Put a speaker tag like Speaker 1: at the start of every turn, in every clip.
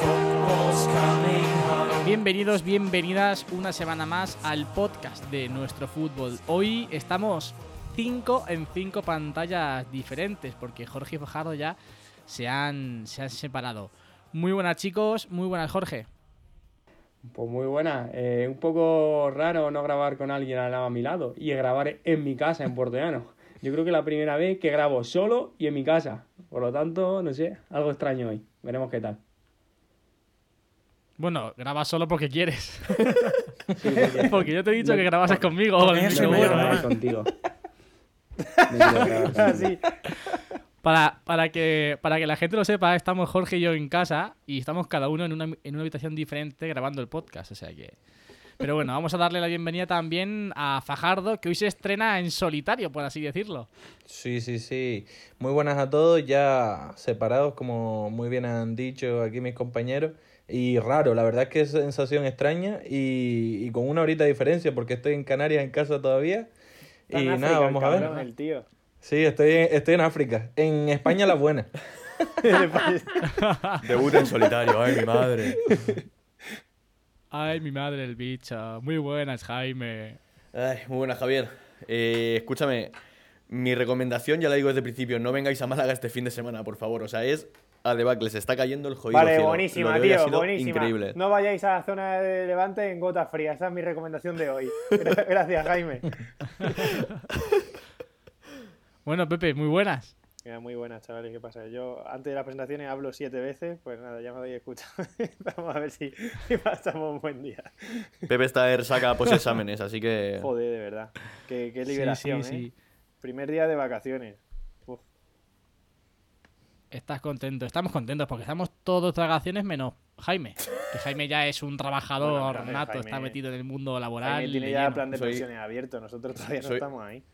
Speaker 1: Football's coming home.
Speaker 2: Bienvenidos, bienvenidas una semana más al podcast de nuestro fútbol. Hoy estamos 5 en 5 pantallas diferentes porque Jorge y Fajardo ya se han, se han separado. Muy buenas chicos, muy buenas Jorge.
Speaker 3: Pues muy buena. Eh, un poco raro no grabar con alguien al lado a mi lado y grabar en mi casa, en Puerto Llano. Yo creo que la primera vez que grabo solo y en mi casa. Por lo tanto, no sé, algo extraño hoy. Veremos qué tal.
Speaker 2: Bueno, grabas solo porque quieres.
Speaker 3: Sí, porque-
Speaker 2: Porque yo te he dicho que grabases conmigo.
Speaker 3: no
Speaker 2: conmigo,
Speaker 3: quiero
Speaker 2: ¿eh?
Speaker 3: grabar contigo. No quiero grabar
Speaker 4: Ah,
Speaker 3: contigo.
Speaker 2: Para, para, que, para que la gente lo sepa, estamos Jorge y yo en casa y estamos cada uno en una, en una habitación diferente grabando el podcast. O sea que. Pero bueno, vamos a darle la bienvenida también a Fajardo, que hoy se estrena en solitario, por así decirlo.
Speaker 5: Sí, sí, sí. Muy buenas a todos, ya separados, como muy bien han dicho aquí mis compañeros. Y raro, la verdad es que es sensación extraña y, y con una horita de diferencia, porque estoy en Canarias en casa todavía.
Speaker 4: Está
Speaker 5: y
Speaker 4: en
Speaker 5: nada,
Speaker 4: África,
Speaker 5: vamos
Speaker 4: el
Speaker 5: a
Speaker 4: cabrón,
Speaker 5: ver.
Speaker 4: El tío.
Speaker 5: Sí, estoy en, estoy en África, en España la buena.
Speaker 6: Debuta en solitario, ay, mi madre.
Speaker 2: Ay, mi madre, el bicho. Muy buenas, Jaime.
Speaker 6: Ay, muy buena, Javier. Eh, escúchame, mi recomendación, ya la digo desde el principio, no vengáis a Málaga este fin de semana, por favor. O sea, es a debacle, se está cayendo el jodido
Speaker 4: Vale,
Speaker 6: cielo. Lo
Speaker 4: buenísima,
Speaker 6: de hoy ha
Speaker 4: tío,
Speaker 6: sido
Speaker 4: buenísima.
Speaker 6: Increíble.
Speaker 4: No vayáis a la zona de Levante en gota fría. Esa es mi recomendación de hoy. Gra- Gracias, Jaime.
Speaker 2: Bueno, Pepe, muy buenas.
Speaker 4: Mira, muy buena, chavales. ¿Qué pasa? Yo antes de las presentaciones hablo siete veces. Pues nada, ya me doy escucha. Vamos a ver si, si pasamos un buen día.
Speaker 6: Pepe está de saca post exámenes, así que.
Speaker 4: Joder, de verdad. Qué, qué
Speaker 2: Sí,
Speaker 4: liberación,
Speaker 2: sí, sí.
Speaker 4: ¿eh? Primer día de vacaciones. Uf,
Speaker 2: Estás contento. Estamos contentos porque estamos todos de vacaciones menos Jaime. Que Jaime ya es un
Speaker 4: Bueno,
Speaker 2: trabajador
Speaker 4: pero
Speaker 2: nato,
Speaker 4: Jaime-
Speaker 2: está metido en el mundo laboral.
Speaker 4: Jaime tiene
Speaker 2: de
Speaker 4: ya
Speaker 2: lleno.
Speaker 4: plan de
Speaker 6: Soy-
Speaker 4: pensiones abierto. Nosotros todavía no
Speaker 6: soy-
Speaker 4: estamos ahí.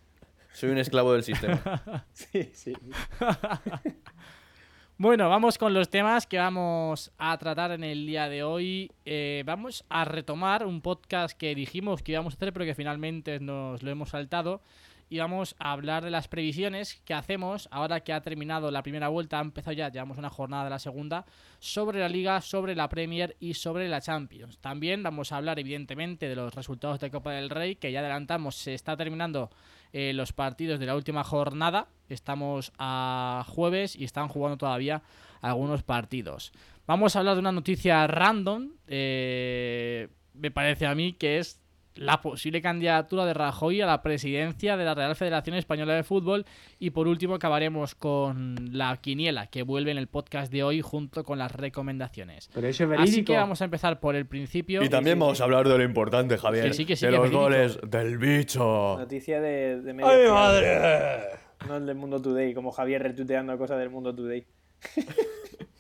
Speaker 6: Soy un esclavo del sistema.
Speaker 4: Sí, sí.
Speaker 2: Bueno, vamos con los temas que vamos a tratar en el día de hoy. Eh, vamos a retomar un podcast que dijimos que íbamos a hacer, pero que finalmente nos lo hemos saltado. Y vamos a hablar de las previsiones que hacemos ahora que ha terminado la primera vuelta, ha empezado ya, llevamos una jornada de la segunda, sobre la Liga, sobre la Premier y sobre la Champions. También vamos a hablar, evidentemente, de los resultados de Copa del Rey, que ya adelantamos, se está terminando eh, los partidos de la última jornada. Estamos a jueves y están jugando todavía algunos partidos. Vamos a hablar de una noticia random. eh, me parece a mí que es la posible candidatura de Rajoy a la presidencia de la Real Federación Española de Fútbol. Y por último acabaremos con la quiniela, que vuelve en el podcast de hoy junto con las recomendaciones.
Speaker 3: Pero eso es
Speaker 2: Así
Speaker 3: verídico.
Speaker 2: que vamos a empezar por el principio.
Speaker 6: Y también vamos a hablar de lo importante, Javier.
Speaker 2: Que sí, que sí,
Speaker 6: de
Speaker 2: que
Speaker 6: los
Speaker 2: verídico.
Speaker 6: goles del bicho.
Speaker 4: Noticia de, de medio ¡Ay, madre! No el del Mundo Today, como Javier retuiteando cosas del Mundo Today.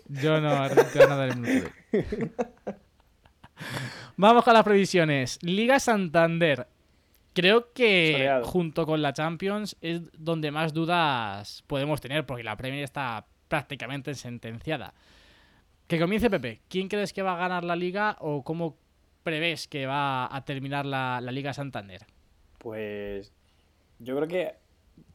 Speaker 2: Yo no, arrepiento nada del mundo. Vamos con las previsiones. Liga Santander. Creo que
Speaker 4: Soleado.
Speaker 2: junto con la Champions es donde más dudas podemos tener, porque la Premier está prácticamente sentenciada. Que comience Pepe. ¿Quién crees que va a ganar la liga o cómo prevés que va a terminar la, la Liga Santander?
Speaker 4: Pues yo creo que,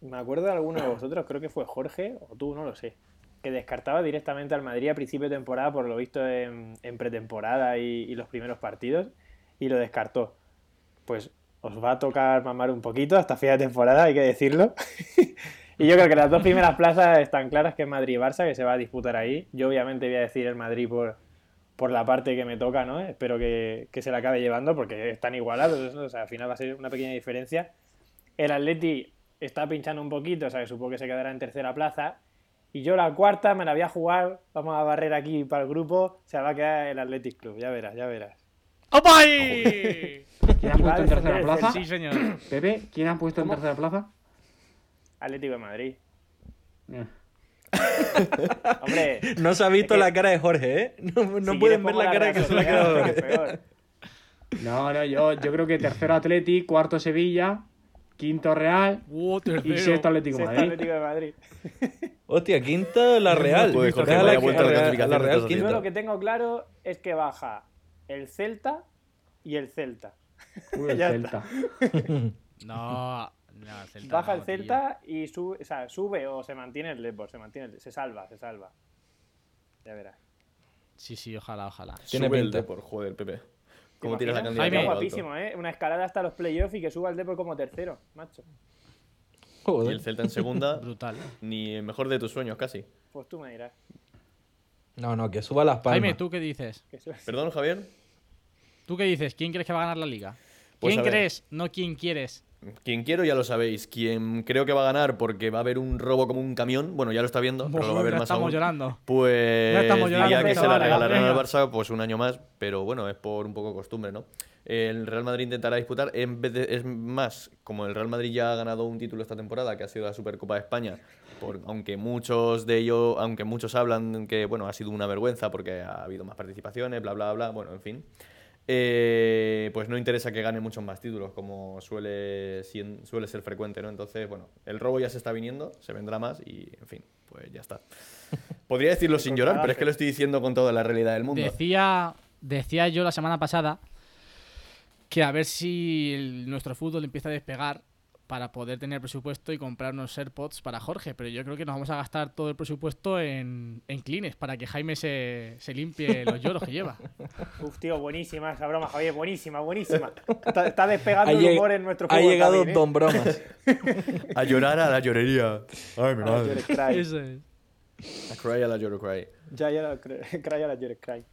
Speaker 4: me acuerdo de alguno de vosotros, creo que fue Jorge o tú, no lo sé, que descartaba directamente al Madrid a principio de temporada, por lo visto en, en pretemporada y, y los primeros partidos, y lo descartó. Pues os va a tocar mamar un poquito hasta fin de temporada, hay que decirlo. y yo creo que las dos primeras plazas están claras, que es Madrid y Barça, que se va a disputar ahí. Yo obviamente voy a decir el Madrid por, por la parte que me toca, ¿no? Espero que, que se la acabe llevando porque están igualados, o sea, al final va a ser una pequeña diferencia. El Atleti está pinchando un poquito, o sea, que supongo que se quedará en tercera plaza. Y yo la cuarta me la voy a jugar, vamos a barrer aquí para el grupo, se la va a quedar el Athletic Club, ya verás, ya verás.
Speaker 2: ¡Opay!
Speaker 3: ¿Quién ha
Speaker 4: Y va a
Speaker 3: puesto en tercera
Speaker 4: defender el
Speaker 3: plaza?
Speaker 2: Sí, señor.
Speaker 3: Pepe, ¿quién ha puesto en tercera plaza?
Speaker 4: Atlético de Madrid.
Speaker 3: Eh.
Speaker 4: Hombre,
Speaker 5: No se ha visto
Speaker 4: Es que-
Speaker 5: la cara de Jorge, ¿eh? No, no
Speaker 4: si
Speaker 5: pueden
Speaker 4: quieres
Speaker 5: ver
Speaker 4: pongo
Speaker 5: la cara que se le ha
Speaker 4: real
Speaker 5: quedado.
Speaker 4: sociedad, que es peor.
Speaker 3: No, no, yo, yo creo que tercero Atleti, cuarto Sevilla, quinto Real
Speaker 2: Uh, tercero.
Speaker 3: y sexto Atlético de
Speaker 4: Sexto
Speaker 3: Madrid.
Speaker 4: Atlético de Madrid.
Speaker 5: Hostia, quinta la Real.
Speaker 6: Pues, Jorge,
Speaker 5: Real,
Speaker 6: vaya vuelta a la
Speaker 5: Real-
Speaker 6: clasificación
Speaker 5: la
Speaker 6: que
Speaker 5: Real quinta.
Speaker 6: estás haciendo.
Speaker 4: Yo lo que tengo claro es que baja el Celta y el Celta.
Speaker 3: Uy, el
Speaker 4: Ya
Speaker 3: Celta.
Speaker 2: No, no, el Celta.
Speaker 4: Baja
Speaker 2: no,
Speaker 4: el Celta y sube, o sea, sube o se mantiene el Lesbos, se mantiene, el- se salva, se salva. Ya verás.
Speaker 2: tío. Sí, sí, ojalá, ojalá.
Speaker 5: Tiene
Speaker 6: Sube el
Speaker 5: pinta.
Speaker 6: Depor, joder, Pepe.
Speaker 4: ¿Te
Speaker 6: ¿Cómo tiras la candidatura?
Speaker 4: imaginas?
Speaker 2: Jaime.
Speaker 4: Está
Speaker 6: por alto?
Speaker 4: guapísimo, ¿eh? Una escalada hasta los playoffs y que suba el Depor como tercero, macho.
Speaker 6: Y el
Speaker 5: Joder.
Speaker 6: Celta en segunda,
Speaker 2: Brutal.
Speaker 6: ni el mejor de tus sueños casi.
Speaker 4: Pues tú me dirás.
Speaker 5: No, no, que suba las palmas.
Speaker 2: Jaime, ¿tú qué dices?
Speaker 4: Que eso-
Speaker 6: Perdón, Javier.
Speaker 2: ¿Tú qué dices? ¿Quién crees que va a ganar la liga?
Speaker 6: Pues
Speaker 2: ¿Quién
Speaker 6: a ver.
Speaker 2: crees? No quién quieres.
Speaker 6: Quien quiero ya lo sabéis. Quien creo que va a ganar porque va a haber un robo como un camión, bueno, ya lo está viendo, pero lo va a
Speaker 2: Uf,
Speaker 6: haber
Speaker 2: ya
Speaker 6: más
Speaker 2: estamos
Speaker 6: aún.
Speaker 2: llorando.
Speaker 6: Pues
Speaker 2: Ya estamos
Speaker 6: diría
Speaker 2: llorando,
Speaker 6: que se la
Speaker 2: chavales,
Speaker 6: regalarán al
Speaker 2: venga.
Speaker 6: Barça pues un año más, pero bueno, es por un poco costumbre, ¿no? El Real Madrid intentará disputar, en vez de- es más, como el Real Madrid ya ha ganado un título esta temporada, que ha sido la Supercopa de España, por- aunque muchos de ellos, aunque muchos hablan que, bueno, ha sido una vergüenza porque ha habido más participaciones, bla, bla, bla, bueno, en fin. Eh, pues no interesa que gane muchos más títulos, como suele, sien- suele ser frecuente, ¿no? Entonces, bueno, el robo ya se está viniendo, se vendrá más y, en fin, pues ya está. Podría decirlo sin llorar, pero es que lo estoy diciendo con toda la realidad del mundo.
Speaker 2: Decía, decía yo la semana pasada que a ver si el- nuestro fútbol empieza a despegar para poder tener presupuesto y comprar unos AirPods para Jorge, pero yo creo que nos vamos a gastar todo el presupuesto en, en Kleenex para que Jaime se, se limpie los lloros que lleva.
Speaker 4: Uf, tío, buenísima esa broma, Javier, buenísima, buenísima. Está, está despegando
Speaker 5: Ha,
Speaker 4: el
Speaker 5: lleg-
Speaker 4: humor en nuestro
Speaker 5: ha
Speaker 4: fútbol
Speaker 5: llegado
Speaker 4: también, ¿eh?
Speaker 5: Don Bromas.
Speaker 6: A llorar a la llorería. Ay, mi
Speaker 4: Ah,
Speaker 6: madre.
Speaker 4: Jurek Cry.
Speaker 2: es.
Speaker 6: A cry a la lloro cry.
Speaker 4: Ya, ya la cre- cry a la Jurek Cry.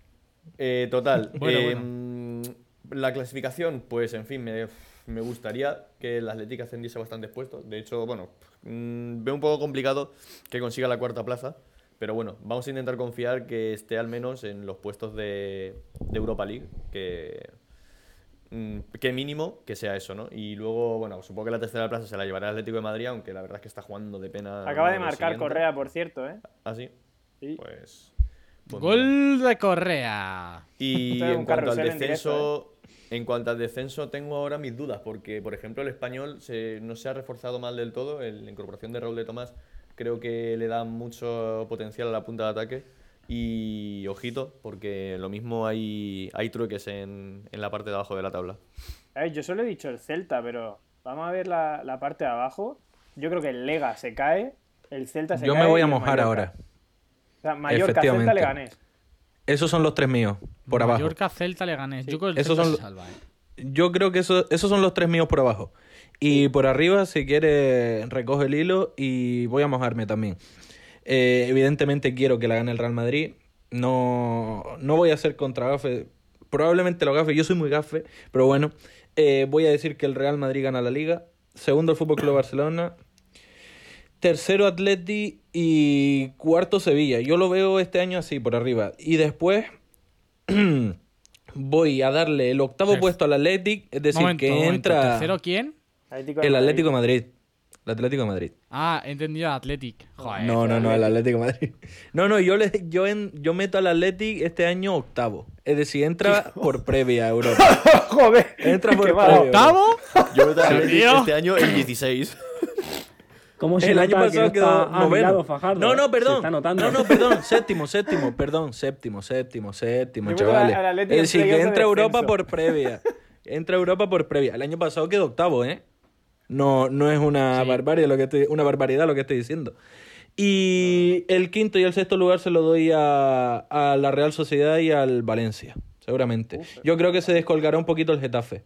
Speaker 6: Eh, total.
Speaker 2: Bueno,
Speaker 6: eh, La clasificación, pues en fin, me, me gustaría que el Atlético ascendiese bastantes puestos. De hecho, bueno, mm, veo un poco complicado que consiga la cuarta plaza. Pero bueno, vamos a intentar confiar que esté al menos en los puestos de, de Europa League, que, mm, que mínimo que sea eso, ¿no? Y luego, bueno, supongo que la tercera plaza se la llevará el Atlético de Madrid, aunque la verdad es que está jugando de pena.
Speaker 4: Acaba de
Speaker 6: Ah, lo
Speaker 4: marcar
Speaker 6: siguiente.
Speaker 4: Correa, por cierto, ¿eh?
Speaker 6: Ah, sí.
Speaker 4: Sí.
Speaker 6: Pues. pues mira.
Speaker 2: Gol de Correa.
Speaker 6: Y
Speaker 4: Esto es
Speaker 6: en
Speaker 4: un
Speaker 6: cuanto al
Speaker 4: carrusel en ¿eh?
Speaker 6: descenso. En cuanto al descenso, tengo ahora mis dudas, porque, por ejemplo, el español se- no se ha reforzado mal del todo. El- La incorporación de Raúl de Tomás creo que le da mucho potencial a la punta de ataque. Y ojito, porque lo mismo hay, hay trueques en, en la parte de abajo de la tabla.
Speaker 4: A ver, yo solo he dicho el Celta, pero vamos a ver la, la parte de abajo. Yo creo que el Lega se cae, el Celta se
Speaker 5: Yo
Speaker 4: cae.
Speaker 5: me voy
Speaker 4: y
Speaker 5: a
Speaker 4: el
Speaker 5: mojar
Speaker 4: Mallorca.
Speaker 5: ahora.
Speaker 4: O sea, Mallorca, Celta,
Speaker 5: Efectivamente.
Speaker 4: Leganés.
Speaker 5: Esos son los tres míos, por abajo.
Speaker 2: Mallorca, Celta, Leganés. Yo creo que el
Speaker 5: Esos
Speaker 2: Celta
Speaker 5: son
Speaker 2: se salva, eh.
Speaker 5: Yo creo que eso- esos son los tres míos por abajo. Y por arriba, si quieres, recoge el hilo y voy a mojarme también. Eh, evidentemente quiero que la gane el Real Madrid. No, no voy a ser contra gafe. Probablemente lo gafe. Yo soy muy gafe, pero bueno. Eh, voy a decir que el Real Madrid gana la Liga. Segundo el Fútbol Club Barcelona. Tercero Atleti y cuarto Sevilla. Yo lo veo este año así, por arriba. Y después voy a darle el octavo
Speaker 2: Terc-
Speaker 5: puesto al Athletic, es decir,
Speaker 2: Momento,
Speaker 5: que
Speaker 2: momento.
Speaker 5: entra
Speaker 2: ¿Tercero quién?
Speaker 4: Atlético de
Speaker 5: el
Speaker 4: Madrid.
Speaker 5: Atlético de Madrid. El Atlético de Madrid.
Speaker 2: Ah, he entendido Athletic. Joder.
Speaker 5: No, no, no, el Atlético de Madrid. No, no, yo, le, yo, en- yo meto al Athletic este año octavo. Es decir, entra por previa a Europa.
Speaker 4: ¡Joder!
Speaker 5: Entra por
Speaker 4: Qué
Speaker 5: previa. a Europa.
Speaker 2: ¿Octavo?
Speaker 6: Yo voy a dar
Speaker 2: Tío.
Speaker 6: este año el 16.
Speaker 3: ¿Cómo se
Speaker 5: El año
Speaker 3: nota que
Speaker 5: pasado
Speaker 3: no
Speaker 5: quedó
Speaker 3: está a mi
Speaker 5: noveno.
Speaker 3: lado Fajardo?
Speaker 5: no, no,
Speaker 3: eh? Se
Speaker 5: perdón.
Speaker 3: está notando.
Speaker 5: No, no, perdón. Séptimo, séptimo, perdón. Séptimo, séptimo, séptimo,
Speaker 4: Yo creo que
Speaker 5: chavales.
Speaker 4: al Atlético
Speaker 5: Es decir,
Speaker 4: en playoff
Speaker 5: que
Speaker 4: de
Speaker 5: entra Europa
Speaker 4: descenso.
Speaker 5: por previa. Entra Europa por previa. El año pasado quedó octavo, ¿eh? No, no es una
Speaker 2: Sí.
Speaker 5: barbarie lo que estoy, una barbaridad lo que estoy diciendo. Y el quinto y el sexto lugar se lo doy a, a la Real Sociedad y al Valencia, seguramente. Yo creo que se descolgará un poquito el Getafe.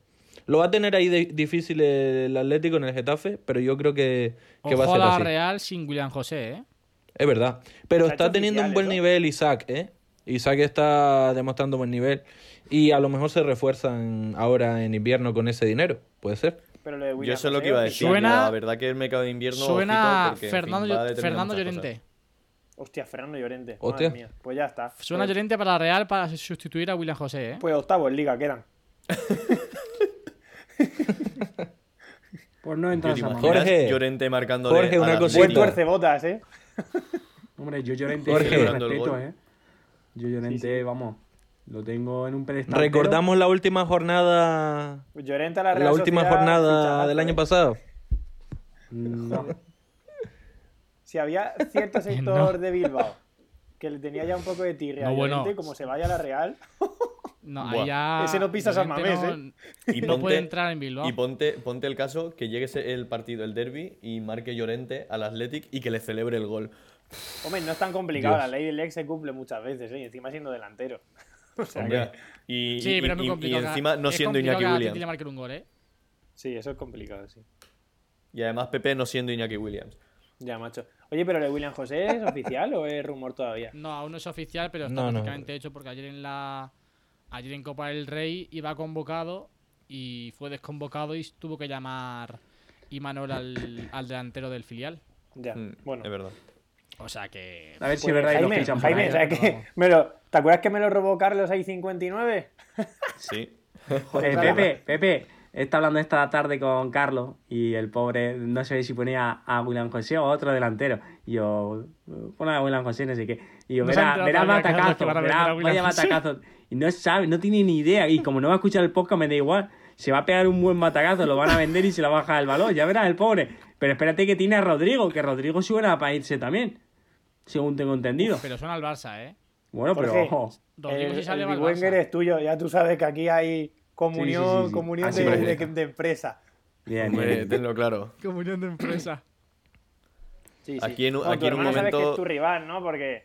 Speaker 5: Lo va a tener ahí de- difícil el Atlético en el Getafe, pero yo creo que, que va a
Speaker 2: Ojo
Speaker 5: ser
Speaker 2: la
Speaker 5: así.
Speaker 2: Real sin William José, ¿eh?
Speaker 5: Es verdad. Pero
Speaker 4: Se ha
Speaker 5: está
Speaker 4: hecho
Speaker 5: teniendo un
Speaker 4: oficial
Speaker 5: buen
Speaker 4: eso.
Speaker 5: nivel Isaac, ¿eh? Isaac está demostrando buen nivel. Y a lo mejor se refuerzan ahora en invierno con ese dinero. Puede ser.
Speaker 4: Pero lo de William
Speaker 6: Yo eso es lo
Speaker 4: José,
Speaker 6: que iba a
Speaker 4: ojo.
Speaker 6: decir.
Speaker 2: Suena-
Speaker 6: la verdad que el mercado de invierno.
Speaker 2: Suena
Speaker 6: ojito, porque, en fin,
Speaker 2: Fernando,
Speaker 6: va a
Speaker 2: Llo-
Speaker 6: determinar
Speaker 2: Fernando
Speaker 6: muchas
Speaker 2: Llorente.
Speaker 6: cosas.
Speaker 4: Hostia, Fernando Llorente. Madre
Speaker 5: Hostia.
Speaker 4: mía. Pues ya está.
Speaker 2: Suena
Speaker 4: pues,
Speaker 2: Llorente para la Real para sustituir a William José, ¿eh?
Speaker 4: Pues octavo en Liga quedan.
Speaker 3: Pues no entra
Speaker 6: Yo te
Speaker 3: esa
Speaker 6: imaginas
Speaker 3: manera.
Speaker 5: Jorge.
Speaker 6: Llorente marcando
Speaker 5: Jorge, una cosita.
Speaker 4: Buen
Speaker 5: Sí,
Speaker 4: tuerce botas, ¿eh?
Speaker 3: Hombre, yo Llorente
Speaker 5: Jorge.
Speaker 3: Jorge.
Speaker 6: Celebrando el
Speaker 3: respeto,
Speaker 6: gol.
Speaker 3: ¿eh? Yo Llorente, vamos. Lo tengo en un pedestal.
Speaker 5: Recordamos la última jornada.
Speaker 4: Llorente a la Real
Speaker 5: La última
Speaker 4: Sociedad,
Speaker 5: jornada
Speaker 4: fichajazo,
Speaker 5: del año
Speaker 4: ¿eh?
Speaker 5: pasado.
Speaker 3: No.
Speaker 4: Si había cierto sector de Bilbao que le tenía ya un poco de tirria,
Speaker 2: No,
Speaker 4: a
Speaker 2: bueno.
Speaker 4: Llorente, como se vaya a la Real,
Speaker 2: No,
Speaker 6: Buah.
Speaker 2: allá.
Speaker 4: Ese no pisas a
Speaker 2: Llorente
Speaker 4: Mamés, ¿eh?
Speaker 2: no-
Speaker 6: Y
Speaker 2: No puede entrar en Bilbao.
Speaker 6: Y ponte, ponte el caso que llegue ese- el partido, el derby, y marque Llorente al Athletic y que le celebre el gol.
Speaker 4: hombre, no es tan complicado. La ley del ex se cumple muchas veces, ¿eh? y encima siendo delantero. O sea que-
Speaker 6: Hombre, y,
Speaker 2: Sí,
Speaker 6: y-
Speaker 2: pero es muy
Speaker 6: y- y
Speaker 2: complicado. que-
Speaker 6: encima no
Speaker 2: es
Speaker 6: siendo
Speaker 2: complicado
Speaker 6: Iñaki
Speaker 2: que Atleti
Speaker 6: Williams.
Speaker 2: le marque un gol, ¿eh?
Speaker 4: sí, eso es complicado, sí.
Speaker 6: Y además Pepe no siendo Iñaki Williams.
Speaker 4: Ya, macho. Oye, pero lo de William José es oficial o es rumor todavía?
Speaker 2: No, aún no es oficial, pero está
Speaker 5: No, no.
Speaker 2: prácticamente hecho porque ayer en la ayer en Copa del Rey iba convocado y fue desconvocado y tuvo que llamar Imanol al, al delantero del filial.
Speaker 4: Ya,
Speaker 6: Mm,
Speaker 4: bueno.
Speaker 6: Es verdad.
Speaker 2: O sea que
Speaker 3: A ver si es verdad que lo
Speaker 4: Jaime,
Speaker 3: fichan por
Speaker 4: Jaime,
Speaker 3: ahí. ¿eh?
Speaker 4: ¿sabes qué? Me lo- ¿te acuerdas que me lo robó Carlos ahí 59?
Speaker 6: Sí.
Speaker 3: Eh, Pepe, Pepe, está hablando esta tarde con Carlos y el pobre no sé si ponía a William José o a otro delantero. Y yo, pon a William José, no sé qué. Y yo,
Speaker 2: No se ha
Speaker 3: verá,
Speaker 2: enterado
Speaker 3: verá
Speaker 2: todavía, Carlos, que
Speaker 3: batacazo,
Speaker 2: van a
Speaker 3: verá,
Speaker 2: vender a William
Speaker 3: vaya
Speaker 2: José.
Speaker 3: batacazo. Y no sabe, no tiene ni idea. Y como no va a escuchar el podcast, me da igual. Se va a pegar un buen batacazo, lo van a vender y se la baja el valor. Ya verás, el pobre. Pero espérate que tiene a Rodrigo, que Rodrigo suena para irse también. Según tengo entendido.
Speaker 2: pero suena al Barça, ¿eh?
Speaker 3: Bueno, pero
Speaker 4: Jorge,
Speaker 3: ojo.
Speaker 2: Rodrigo
Speaker 4: el,
Speaker 2: si sale
Speaker 4: el
Speaker 2: va al
Speaker 4: Wenger
Speaker 2: Barça.
Speaker 4: es tuyo, ya tú sabes que aquí hay comunión,
Speaker 3: Sí, sí, sí, sí.
Speaker 4: comunión
Speaker 3: Así
Speaker 4: de,
Speaker 3: parece.
Speaker 4: de- de empresa.
Speaker 3: Bien,
Speaker 6: Hombre,
Speaker 3: bien.
Speaker 6: Eh, tenlo claro.
Speaker 2: Comunión de empresa.
Speaker 4: Sí, sí.
Speaker 6: Aquí en un-
Speaker 4: No, tu
Speaker 6: aquí en un
Speaker 4: hermano sabes que
Speaker 6: momento-
Speaker 4: es tu rival, ¿no? Porque,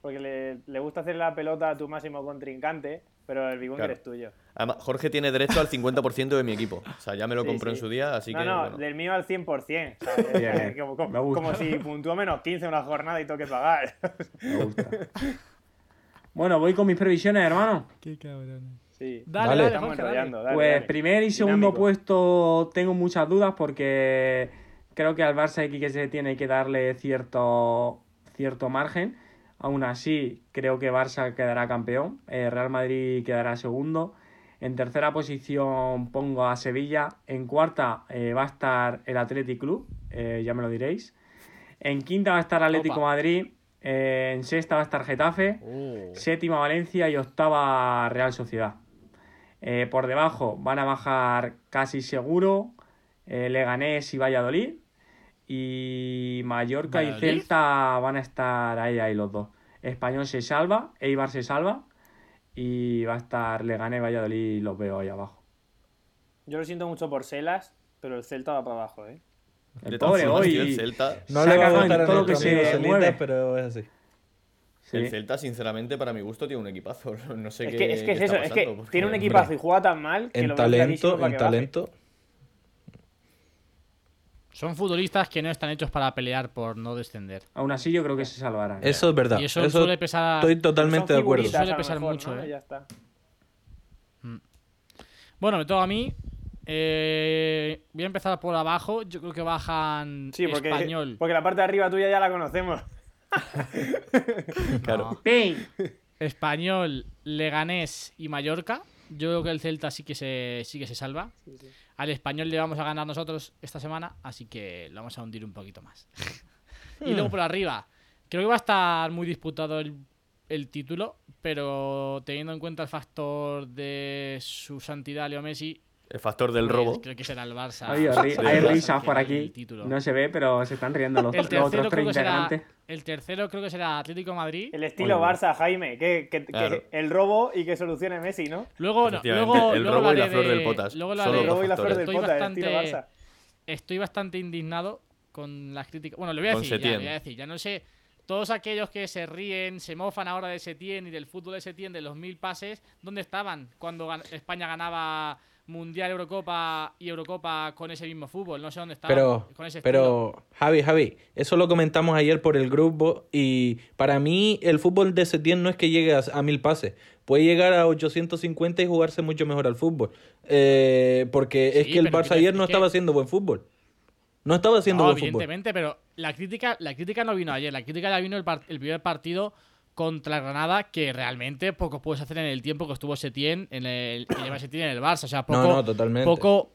Speaker 4: porque le, le gusta hacer la pelota a tu máximo contrincante, pero el Big Wenger
Speaker 6: Claro.
Speaker 4: es tuyo.
Speaker 6: Además, Jorge tiene derecho al 50% de mi equipo. O sea, ya me lo
Speaker 4: Sí,
Speaker 6: compró
Speaker 4: sí.
Speaker 6: en su día, así
Speaker 4: no,
Speaker 6: que.
Speaker 4: no,
Speaker 6: bueno.
Speaker 4: del mío al 100%. ¿sabes?
Speaker 3: Bien, bien.
Speaker 4: Como, como-
Speaker 3: Me gusta.
Speaker 4: como si puntuó menos 15 una jornada y tengo que pagar.
Speaker 3: Me gusta. Bueno, voy con mis previsiones, hermano.
Speaker 2: Qué cabrón.
Speaker 4: sí.
Speaker 2: Dale,
Speaker 5: Dale.
Speaker 2: dale,
Speaker 4: Estamos
Speaker 2: Jorge, dale.
Speaker 4: enrollando, dale,
Speaker 3: pues
Speaker 4: dale.
Speaker 3: primer y segundo
Speaker 4: Dinámico.
Speaker 3: puesto tengo muchas dudas porque creo que al Barça hay que se tiene que darle cierto, cierto margen. Aún así, creo que Barça quedará campeón, eh, Real Madrid quedará segundo. En tercera posición pongo a Sevilla. En cuarta eh, va a estar el Athletic Club, eh, ya me lo diréis. En quinta va a estar Atlético
Speaker 2: Opa.
Speaker 3: Madrid. Eh, en sexta va a estar Getafe.
Speaker 6: Oh.
Speaker 3: Séptima Valencia y octava Real Sociedad. Eh, por debajo van a bajar casi seguro eh, Leganés y Valladolid. Y Mallorca
Speaker 2: ¿Valladolid?
Speaker 3: y Celta van a estar ahí, ahí los dos. Español se salva, Eibar se salva. Y va a estar Leganés, Valladolid, los veo ahí abajo.
Speaker 4: Yo lo siento mucho por Celas, pero el Celta va para abajo, ¿eh?
Speaker 6: De
Speaker 3: El
Speaker 6: todas
Speaker 3: pobre
Speaker 6: formas, tío,
Speaker 3: hoy.
Speaker 6: el Celta.
Speaker 5: No
Speaker 3: Se
Speaker 5: le va
Speaker 3: ha
Speaker 5: a
Speaker 3: cagado
Speaker 5: gustar
Speaker 3: en
Speaker 5: a
Speaker 3: todo lo
Speaker 5: nuestro
Speaker 3: que
Speaker 5: amigo
Speaker 3: se
Speaker 5: Celita,
Speaker 3: mueve.
Speaker 5: pero es así.
Speaker 3: Sí.
Speaker 6: El Celta, sinceramente, para mi gusto, tiene un equipazo. No sé
Speaker 4: Es
Speaker 6: qué.
Speaker 4: que es, que
Speaker 6: qué
Speaker 4: es
Speaker 6: está
Speaker 4: eso, es que
Speaker 6: pasando, porque,
Speaker 4: tiene un
Speaker 6: hombre,
Speaker 4: equipazo y juega tan mal que
Speaker 5: En
Speaker 4: lo veo clarísimo
Speaker 5: talento,
Speaker 4: para
Speaker 5: en
Speaker 4: que baje.
Speaker 5: talento.
Speaker 2: Son futbolistas que no están hechos para pelear por no descender.
Speaker 3: Aún así yo creo que se salvarán.
Speaker 5: Eso es verdad.
Speaker 2: Y eso
Speaker 5: Eso,
Speaker 2: suele pesar-
Speaker 5: estoy totalmente
Speaker 4: Son
Speaker 5: de acuerdo.
Speaker 4: figuritas,
Speaker 2: Suele
Speaker 4: a lo
Speaker 2: pesar
Speaker 4: mejor,
Speaker 2: mucho,
Speaker 4: ¿no?
Speaker 2: ¿eh?
Speaker 4: Ya está.
Speaker 2: Bueno, me toca a mí. Eh, voy a empezar por abajo. Yo creo que bajan
Speaker 4: Sí, porque,
Speaker 2: español.
Speaker 4: porque la parte de arriba tuya ya la conocemos.
Speaker 6: Claro.
Speaker 2: Español, Leganés y Mallorca. Yo creo que el Celta sí que se, sí que se salva. Al español le vamos a ganar nosotros esta semana, así que lo vamos a hundir un poquito más. y luego por arriba. Creo que va a estar muy disputado el, el título, pero teniendo en cuenta el factor de su santidad Leo Messi,
Speaker 6: El factor del
Speaker 2: pues,
Speaker 6: robo.
Speaker 2: creo que será el Barça.
Speaker 3: Hay, ri-
Speaker 6: Sí,
Speaker 3: hay
Speaker 6: sí,
Speaker 3: risas por
Speaker 2: Ah, el
Speaker 3: aquí.
Speaker 2: título.
Speaker 3: No se ve, pero se están riendo los,
Speaker 2: El
Speaker 3: los otros
Speaker 2: tercero,
Speaker 3: tres
Speaker 2: creo que será,
Speaker 3: integrantes.
Speaker 2: el tercero creo que será Atlético de Madrid.
Speaker 4: El estilo Barça, Jaime, que, que- que
Speaker 6: Claro.
Speaker 4: el robo y que solucione Messi, ¿no?
Speaker 2: Luego, no,
Speaker 6: Efectivamente,
Speaker 2: luego,
Speaker 6: el
Speaker 2: luego
Speaker 6: robo y la
Speaker 2: hablaré
Speaker 6: flor
Speaker 2: de-
Speaker 6: del Potas.
Speaker 2: luego
Speaker 6: Son
Speaker 2: hablaré
Speaker 6: los
Speaker 4: El
Speaker 2: de-
Speaker 4: robo y la
Speaker 6: factores.
Speaker 4: flor del
Speaker 2: Estoy
Speaker 4: Pota, el
Speaker 2: bastante-
Speaker 4: estilo Barça.
Speaker 2: estoy bastante indignado con las críticas. Bueno, lo voy a
Speaker 6: Con
Speaker 2: decir, ya, lo
Speaker 6: Setién.
Speaker 2: voy a decir, ya no sé. Todos aquellos que se ríen, se mofan ahora de Setién y del fútbol de Setién, de los mil pases, ¿dónde estaban cuando gan- España ganaba Mundial, Eurocopa y Eurocopa con ese mismo fútbol? No sé dónde estaban.
Speaker 5: Pero,
Speaker 2: con ese estilo.
Speaker 5: pero, Javi, Javi, eso lo comentamos ayer por el grupo y para mí el fútbol de Setién no es que llegue a, a mil pases, puede llegar a 850 y jugarse mucho mejor al fútbol, Eh, porque es
Speaker 2: Sí,
Speaker 5: que el
Speaker 2: pero
Speaker 5: Barça
Speaker 2: que-
Speaker 5: ayer no
Speaker 2: es que-
Speaker 5: estaba haciendo buen fútbol, no estaba haciendo
Speaker 2: No,
Speaker 5: buen fútbol.
Speaker 2: evidentemente, pero la crítica, la crítica no vino ayer, la crítica ya vino el, par- el primer partido contra Granada, que realmente poco puedes hacer en el tiempo que estuvo Setién en el, que lleva Setién en el Barça. O sea, poco,
Speaker 5: no, totalmente.
Speaker 2: poco,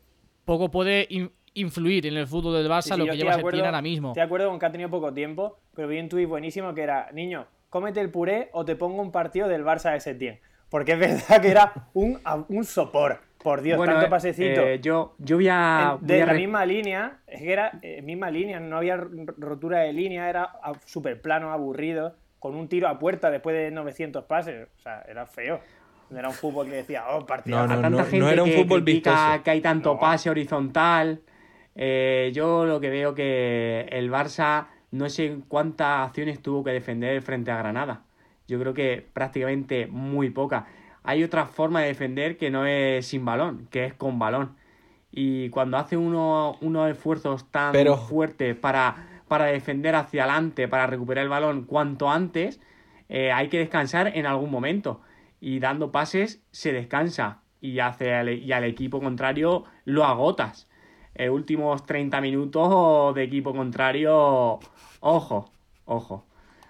Speaker 2: poco puede in- influir en el fútbol del Barça
Speaker 4: Sí, sí,
Speaker 2: lo
Speaker 4: yo
Speaker 2: que
Speaker 4: estoy
Speaker 2: lleva
Speaker 4: de
Speaker 2: Setién
Speaker 4: acuerdo-
Speaker 2: ahora mismo.
Speaker 4: Estoy de acuerdo con que ha tenido poco tiempo, pero vi un tuit buenísimo que era, niño, cómete el puré o te pongo un partido del Barça de Setién. Porque es verdad que era un, a- un sopor. Por Dios, tanto
Speaker 3: eh,
Speaker 4: pasecito.
Speaker 3: eh, yo, yo voy a.
Speaker 4: En-
Speaker 3: voy
Speaker 4: de
Speaker 3: a
Speaker 4: la
Speaker 3: re-
Speaker 4: misma línea, es que era eh, misma línea, no había r- rotura de línea, era súper plano, aburrido, con un tiro a puerta después de 900 pases. O sea, era feo. No era un fútbol que decía, oh, partido.
Speaker 5: No,
Speaker 3: a
Speaker 5: no,
Speaker 3: tanta gente
Speaker 5: era un
Speaker 3: que
Speaker 5: fútbol
Speaker 3: critica
Speaker 5: vistoso.
Speaker 3: que hay tanto
Speaker 4: No.
Speaker 3: pase horizontal. eh, yo lo que veo que el Barça no sé cuántas acciones tuvo que defender frente a Granada. Yo creo que prácticamente muy poca. Hay otra forma de defender que no es sin balón, que es con balón. Y cuando hace uno, unos esfuerzos tan
Speaker 5: Pero-
Speaker 3: fuertes para, para defender hacia adelante, para recuperar el balón cuanto antes, eh, hay que descansar en algún momento. Y dando pases se descansa. Y, hace al- e, y al equipo contrario lo agotas. Eh, últimos 30 minutos de equipo contrario. Ojo, ojo.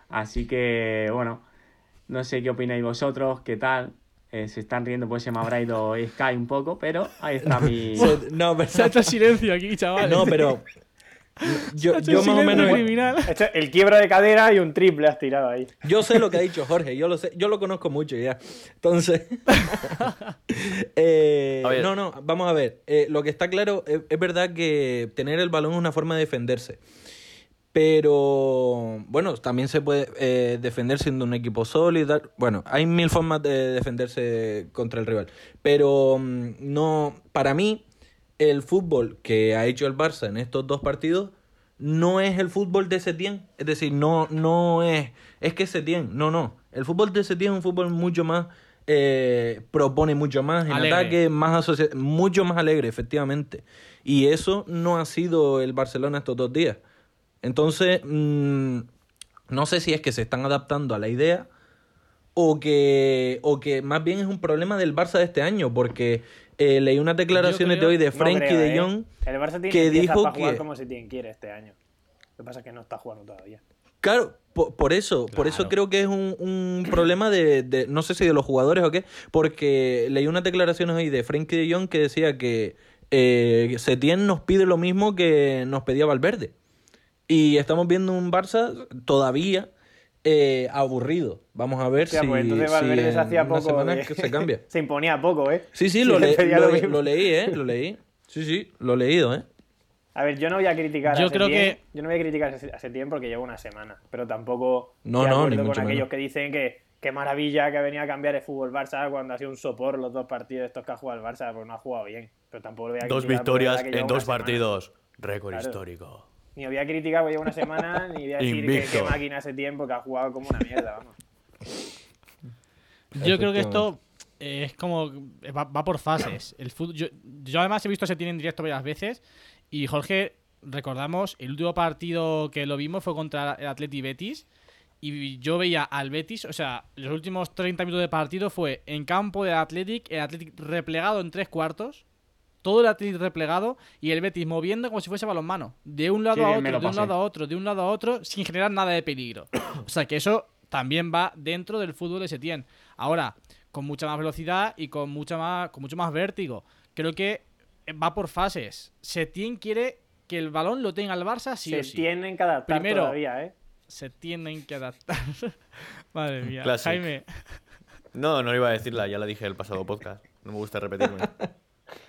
Speaker 3: Así que, bueno, no sé qué opináis vosotros, qué tal. Eh, se están riendo, pues se me habrá ido Sky un poco, pero ahí está mi.
Speaker 5: Se- No, pero,
Speaker 2: Se ha hecho silencio aquí, chaval.
Speaker 5: no, pero yo, yo más o menos
Speaker 2: Criminal.
Speaker 4: Esto- el quiebra de cadera y un triple has tirado ahí.
Speaker 5: Yo sé lo que ha dicho Jorge, yo lo sé, yo lo conozco mucho ya. Entonces, eh,
Speaker 6: A ver.
Speaker 5: no, no, vamos a ver. Eh, lo que está claro, es, es verdad que tener el balón es una forma de defenderse. Pero bueno, también se puede eh, defender siendo un equipo sólido. Bueno, hay mil formas de defenderse contra el rival. Pero mm, no, para mí, el fútbol que ha hecho el Barça en estos dos partidos no es el fútbol de Setién. Es decir, no, no es. Es que Setién, no, no. El fútbol de Setién es un fútbol mucho más. eh, propone mucho más en
Speaker 2: Alegre.
Speaker 5: ataque, más asocia- mucho más alegre, efectivamente. Y eso no ha sido el Barcelona estos dos días. Entonces, mm, no sé si es que se están adaptando a la idea o que, o que más bien es un problema del Barça de este año, porque eh, leí unas declaraciones
Speaker 2: creo-
Speaker 5: de hoy de
Speaker 4: No
Speaker 5: Frenkie
Speaker 4: creo,
Speaker 5: de
Speaker 4: ¿eh?
Speaker 5: Jong
Speaker 4: El Barça tiene
Speaker 5: que
Speaker 4: piezas
Speaker 5: dijo
Speaker 4: para jugar
Speaker 5: que-
Speaker 4: como se tiene quiere este año. Lo que pasa es que no está jugando todavía.
Speaker 5: Claro, po- por, eso, por eso creo que es un, un problema de, de- no sé si de los jugadores o qué, porque leí unas declaraciones hoy de Frankie de Jong que decía que eh, Setién nos pide lo mismo que nos pedía Valverde. Y estamos viendo un Barça todavía eh, aburrido. Vamos a ver
Speaker 4: O sea,
Speaker 5: si,
Speaker 4: pues entonces
Speaker 5: si
Speaker 4: Valverde
Speaker 5: en
Speaker 4: se hacía
Speaker 5: unas
Speaker 4: poco.
Speaker 5: semanas
Speaker 4: de-
Speaker 5: que se cambia.
Speaker 4: se imponía poco, ¿eh?
Speaker 5: Sí, sí,
Speaker 4: Si
Speaker 5: lo,
Speaker 4: le
Speaker 5: le-
Speaker 4: pedía
Speaker 5: lo-
Speaker 4: mismo.
Speaker 5: lo leí, ¿eh? Lo leí. Sí, sí, lo he leído, ¿eh?
Speaker 4: A ver, yo no voy a criticar
Speaker 2: Yo
Speaker 4: a
Speaker 2: creo
Speaker 4: Setién.
Speaker 2: que-
Speaker 4: Yo no voy a criticar a Se- a Setién porque llevo una semana. Pero tampoco
Speaker 5: No,
Speaker 4: estoy de
Speaker 5: no,
Speaker 4: acuerdo
Speaker 5: ni
Speaker 4: con
Speaker 5: mucho
Speaker 4: aquellos
Speaker 5: menos.
Speaker 4: que dicen que qué maravilla que ha venido a cambiar el fútbol Barça cuando ha sido un sopor los dos partidos estos que ha jugado el Barça, pues no ha jugado bien. Pero tampoco lo voy a
Speaker 6: Dos
Speaker 4: criticar porque es
Speaker 6: victorias
Speaker 4: verdad que
Speaker 6: en
Speaker 4: llevo
Speaker 6: dos
Speaker 4: una semana.
Speaker 6: partidos. Récord
Speaker 4: Claro.
Speaker 6: histórico.
Speaker 4: Ni voy a criticar porque llevo una semana, ni voy a decir que
Speaker 6: Invicto.
Speaker 4: qué máquina hace tiempo que ha jugado como una mierda, vamos.
Speaker 2: Yo creo que esto eh, es como. Va, va por fases. El fútbol, yo, yo además he visto se tiene en directo varias veces. Y Jorge, recordamos, el último partido que lo vimos fue contra el Atleti Betis. Y yo veía al Betis, o sea, los últimos 30 minutos de partido fue en campo del Athletic, el Athletic replegado en tres cuartos, todo el Athletic replegado y el Betis moviendo como si fuese balonmano, de un lado
Speaker 3: Qué
Speaker 2: a
Speaker 3: bien me
Speaker 2: otro,
Speaker 3: lo
Speaker 2: de un
Speaker 3: pasé.
Speaker 2: lado a otro, de un lado a otro, sin generar nada de peligro. O sea que eso también va dentro del fútbol de Setién. Ahora, con mucha más velocidad y con mucha más, con mucho más vértigo. Creo que va por fases. Setién quiere que el balón lo tenga el Barça sí o
Speaker 4: se
Speaker 2: sí.
Speaker 4: tienen que adaptar
Speaker 2: Primero,
Speaker 4: todavía, ¿eh?
Speaker 2: Se tienen que adaptar. Madre mía.
Speaker 6: Classic.
Speaker 2: Jaime.
Speaker 6: No, no iba a decirla, ya la dije el pasado podcast. No me gusta repetirme.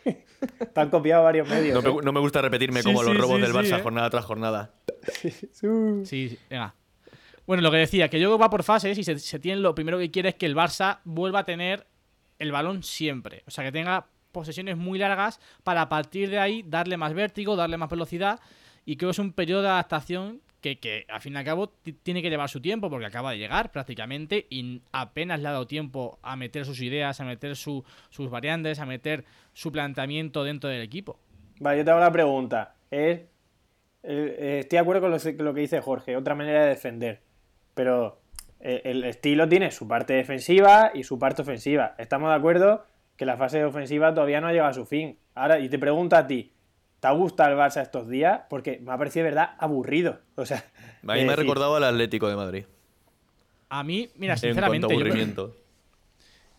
Speaker 4: Te han copiado varios medios.
Speaker 6: No me,
Speaker 4: ¿eh?
Speaker 6: gu- no me gusta repetirme
Speaker 2: Sí,
Speaker 6: como
Speaker 2: sí,
Speaker 6: los robos
Speaker 2: sí,
Speaker 6: del
Speaker 2: sí,
Speaker 6: Barça
Speaker 2: eh.
Speaker 6: jornada tras jornada.
Speaker 2: Sí, sí, venga. Bueno, lo que decía, que yo creo que va por fases y se, se tiene lo primero que quiere es que el Barça vuelva a tener el balón siempre. O sea, que tenga posesiones muy largas para a partir de ahí darle más vértigo, darle más velocidad. Y creo que es un periodo de adaptación que, que, al fin y al cabo ti- tiene que llevar su tiempo porque acaba de llegar prácticamente y apenas le ha dado tiempo a meter sus ideas, a meter su- sus variantes, a meter su planteamiento dentro del equipo.
Speaker 4: Vale, yo te hago la pregunta. Es, eh, eh, estoy de acuerdo con lo, se- lo que dice Jorge, otra manera de defender. Pero eh, el estilo tiene su parte defensiva y su parte ofensiva. Estamos de acuerdo que la fase ofensiva todavía no ha llegado a su fin. Ahora, y te pregunto a ti, ¿te gusta el Barça estos días? Porque me ha parecido, de verdad, aburrido. O sea,
Speaker 6: A mí
Speaker 4: es
Speaker 6: me ha
Speaker 4: decir,
Speaker 6: recordado al Atlético de Madrid.
Speaker 2: A mí, mira,
Speaker 6: En cuanto
Speaker 2: sinceramente,
Speaker 6: a
Speaker 2: yo creo que
Speaker 6: aburrimiento.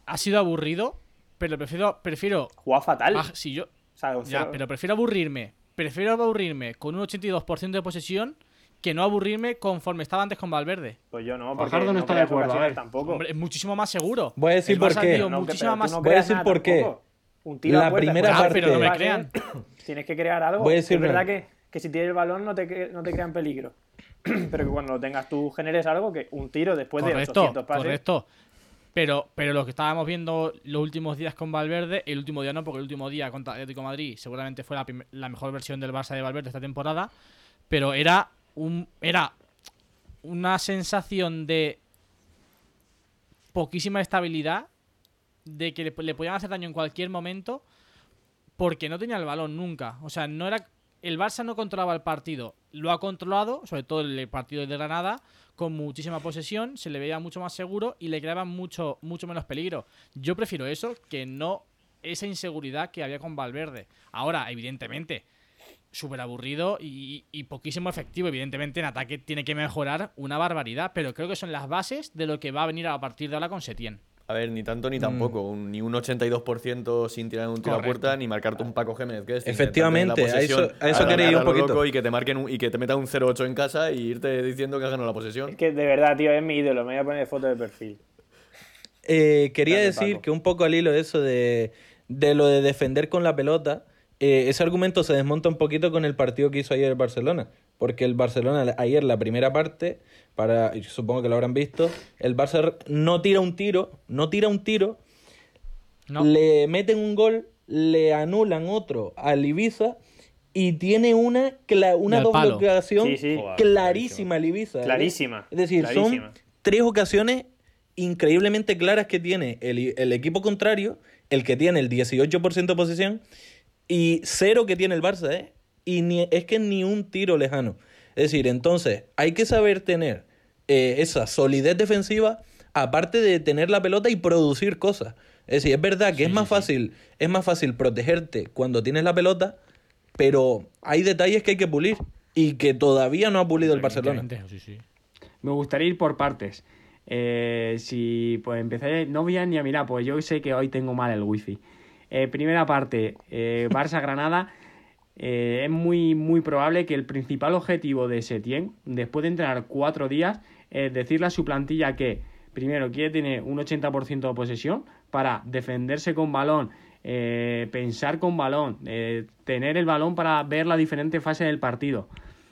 Speaker 2: ha sido aburrido, pero prefiero, prefiero
Speaker 4: Jugaba fatal.
Speaker 2: Baj- si Ah, yo,
Speaker 4: O sea, un
Speaker 2: ya,
Speaker 4: cero-
Speaker 2: pero prefiero aburrirme. Prefiero aburrirme con un 82% de posesión que no aburrirme conforme estaba antes con Valverde.
Speaker 4: Pues yo no, porque
Speaker 3: Fajardo no está de
Speaker 4: creas
Speaker 3: acuerdo, a
Speaker 4: ocasiones
Speaker 3: ver.
Speaker 4: tampoco.
Speaker 2: Hombre, es muchísimo más seguro.
Speaker 5: Voy a decir
Speaker 2: El
Speaker 5: por
Speaker 2: Barça,
Speaker 5: qué.
Speaker 2: tío,
Speaker 4: No, que-
Speaker 2: muchísimo
Speaker 4: pero tú
Speaker 2: más-
Speaker 4: no
Speaker 5: voy a
Speaker 4: creas
Speaker 5: decir
Speaker 4: nada
Speaker 5: por qué.
Speaker 4: tampoco. Un tiro a
Speaker 5: La
Speaker 4: puerta,
Speaker 5: primera
Speaker 4: pues,
Speaker 5: parte-
Speaker 4: tienes que
Speaker 2: Ah, pero no me
Speaker 4: crear- Tienes que crear algo.
Speaker 5: Voy a decir
Speaker 4: es verdad
Speaker 5: una-
Speaker 4: que, que si tienes el balón no te, cre- no te crean peligro. Pero que cuando lo tengas tú generes algo que un tiro después de
Speaker 2: correcto,
Speaker 4: 800 pases.
Speaker 2: correcto. Pero, pero lo que estábamos viendo los últimos días con Valverde, el último día no, porque el último día contra Atlético de Madrid seguramente fue la, prim- la mejor versión del Barça de Valverde esta temporada, pero era un era una sensación de poquísima estabilidad, de que le, le podían hacer daño en cualquier momento, porque no tenía el balón nunca. O sea, no era. El Barça no controlaba el partido. Lo ha controlado, sobre todo el partido de Granada, con muchísima posesión, se le veía mucho más seguro y le creaban mucho, mucho menos peligro. Yo prefiero eso que no esa inseguridad que había con Valverde. Ahora, evidentemente, súper aburrido y, y poquísimo efectivo. Evidentemente, en ataque tiene que mejorar una barbaridad, pero creo que son las bases de lo que va a venir a partir de ahora con Setién.
Speaker 6: A ver, ni tanto ni tampoco. Un- ni un 82% sin tirar un tiro a
Speaker 2: Mm. Correcto.
Speaker 6: puerta, ni marcarte un Paco Gémez. Que es
Speaker 5: Efectivamente,
Speaker 6: intentarte la
Speaker 5: a eso-
Speaker 6: posesión,
Speaker 5: a eso
Speaker 6: la
Speaker 5: quería ir un
Speaker 6: mierda a lo
Speaker 5: poquito.
Speaker 6: loco Y que te marquen un- y que te metan un 0-8 en casa y irte diciendo que has ganado la posesión.
Speaker 4: Es que de verdad, tío, es mi ídolo. Me voy a poner de foto de perfil.
Speaker 5: Eh, quería
Speaker 4: Dale,
Speaker 5: decir
Speaker 4: Paco.
Speaker 5: que un poco al hilo de eso de, de lo de defender con la pelota, eh, ese argumento se desmonta un poquito con el partido que hizo ayer el Barcelona. Porque el Barcelona ayer, la primera parte, para, y supongo que lo habrán visto, el Barça no tira un tiro, no tira un tiro,
Speaker 2: ¿no?
Speaker 5: le meten un gol, le anulan otro al Ibiza y tiene una, cla-
Speaker 2: Y
Speaker 5: una
Speaker 2: al
Speaker 5: doble
Speaker 2: palo.
Speaker 5: ocasión
Speaker 4: Sí, sí.
Speaker 6: Joder,
Speaker 5: clarísima al Ibiza. ¿eh?
Speaker 4: Clarísima,
Speaker 5: Es decir,
Speaker 4: clarísima.
Speaker 5: son tres ocasiones increíblemente claras que tiene el, el equipo contrario, el que tiene el 18% de posesión y cero que tiene el Barça, ¿eh? Y ni, es que ni un tiro lejano. Es decir, entonces hay que saber tener eh, esa solidez defensiva, aparte de tener la pelota y producir cosas. Es decir, es verdad que es más fácil, es más fácil protegerte cuando tienes la pelota, pero hay detalles que hay que pulir y que todavía no ha pulido el Barcelona.
Speaker 2: Evidentemente, sí, sí.
Speaker 3: Me gustaría ir por partes. Eh, si pues empezaré, no voy a ni a mirar, pues yo sé que hoy tengo mal el wifi. Eh, primera parte, eh, Barça-Granada. Eh, es muy, muy probable que el principal objetivo de Setién, después de entrenar cuatro días, es decirle a su plantilla que, primero, quiere tener un 80% de posesión para defenderse con balón, eh, pensar con balón, eh, tener el balón para ver la diferente fase del partido.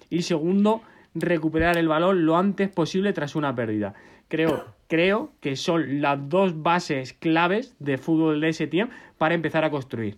Speaker 3: Y segundo, recuperar el balón lo antes posible tras una pérdida. Creo, creo que son las dos bases claves de fútbol de ese tiempo para empezar a construir.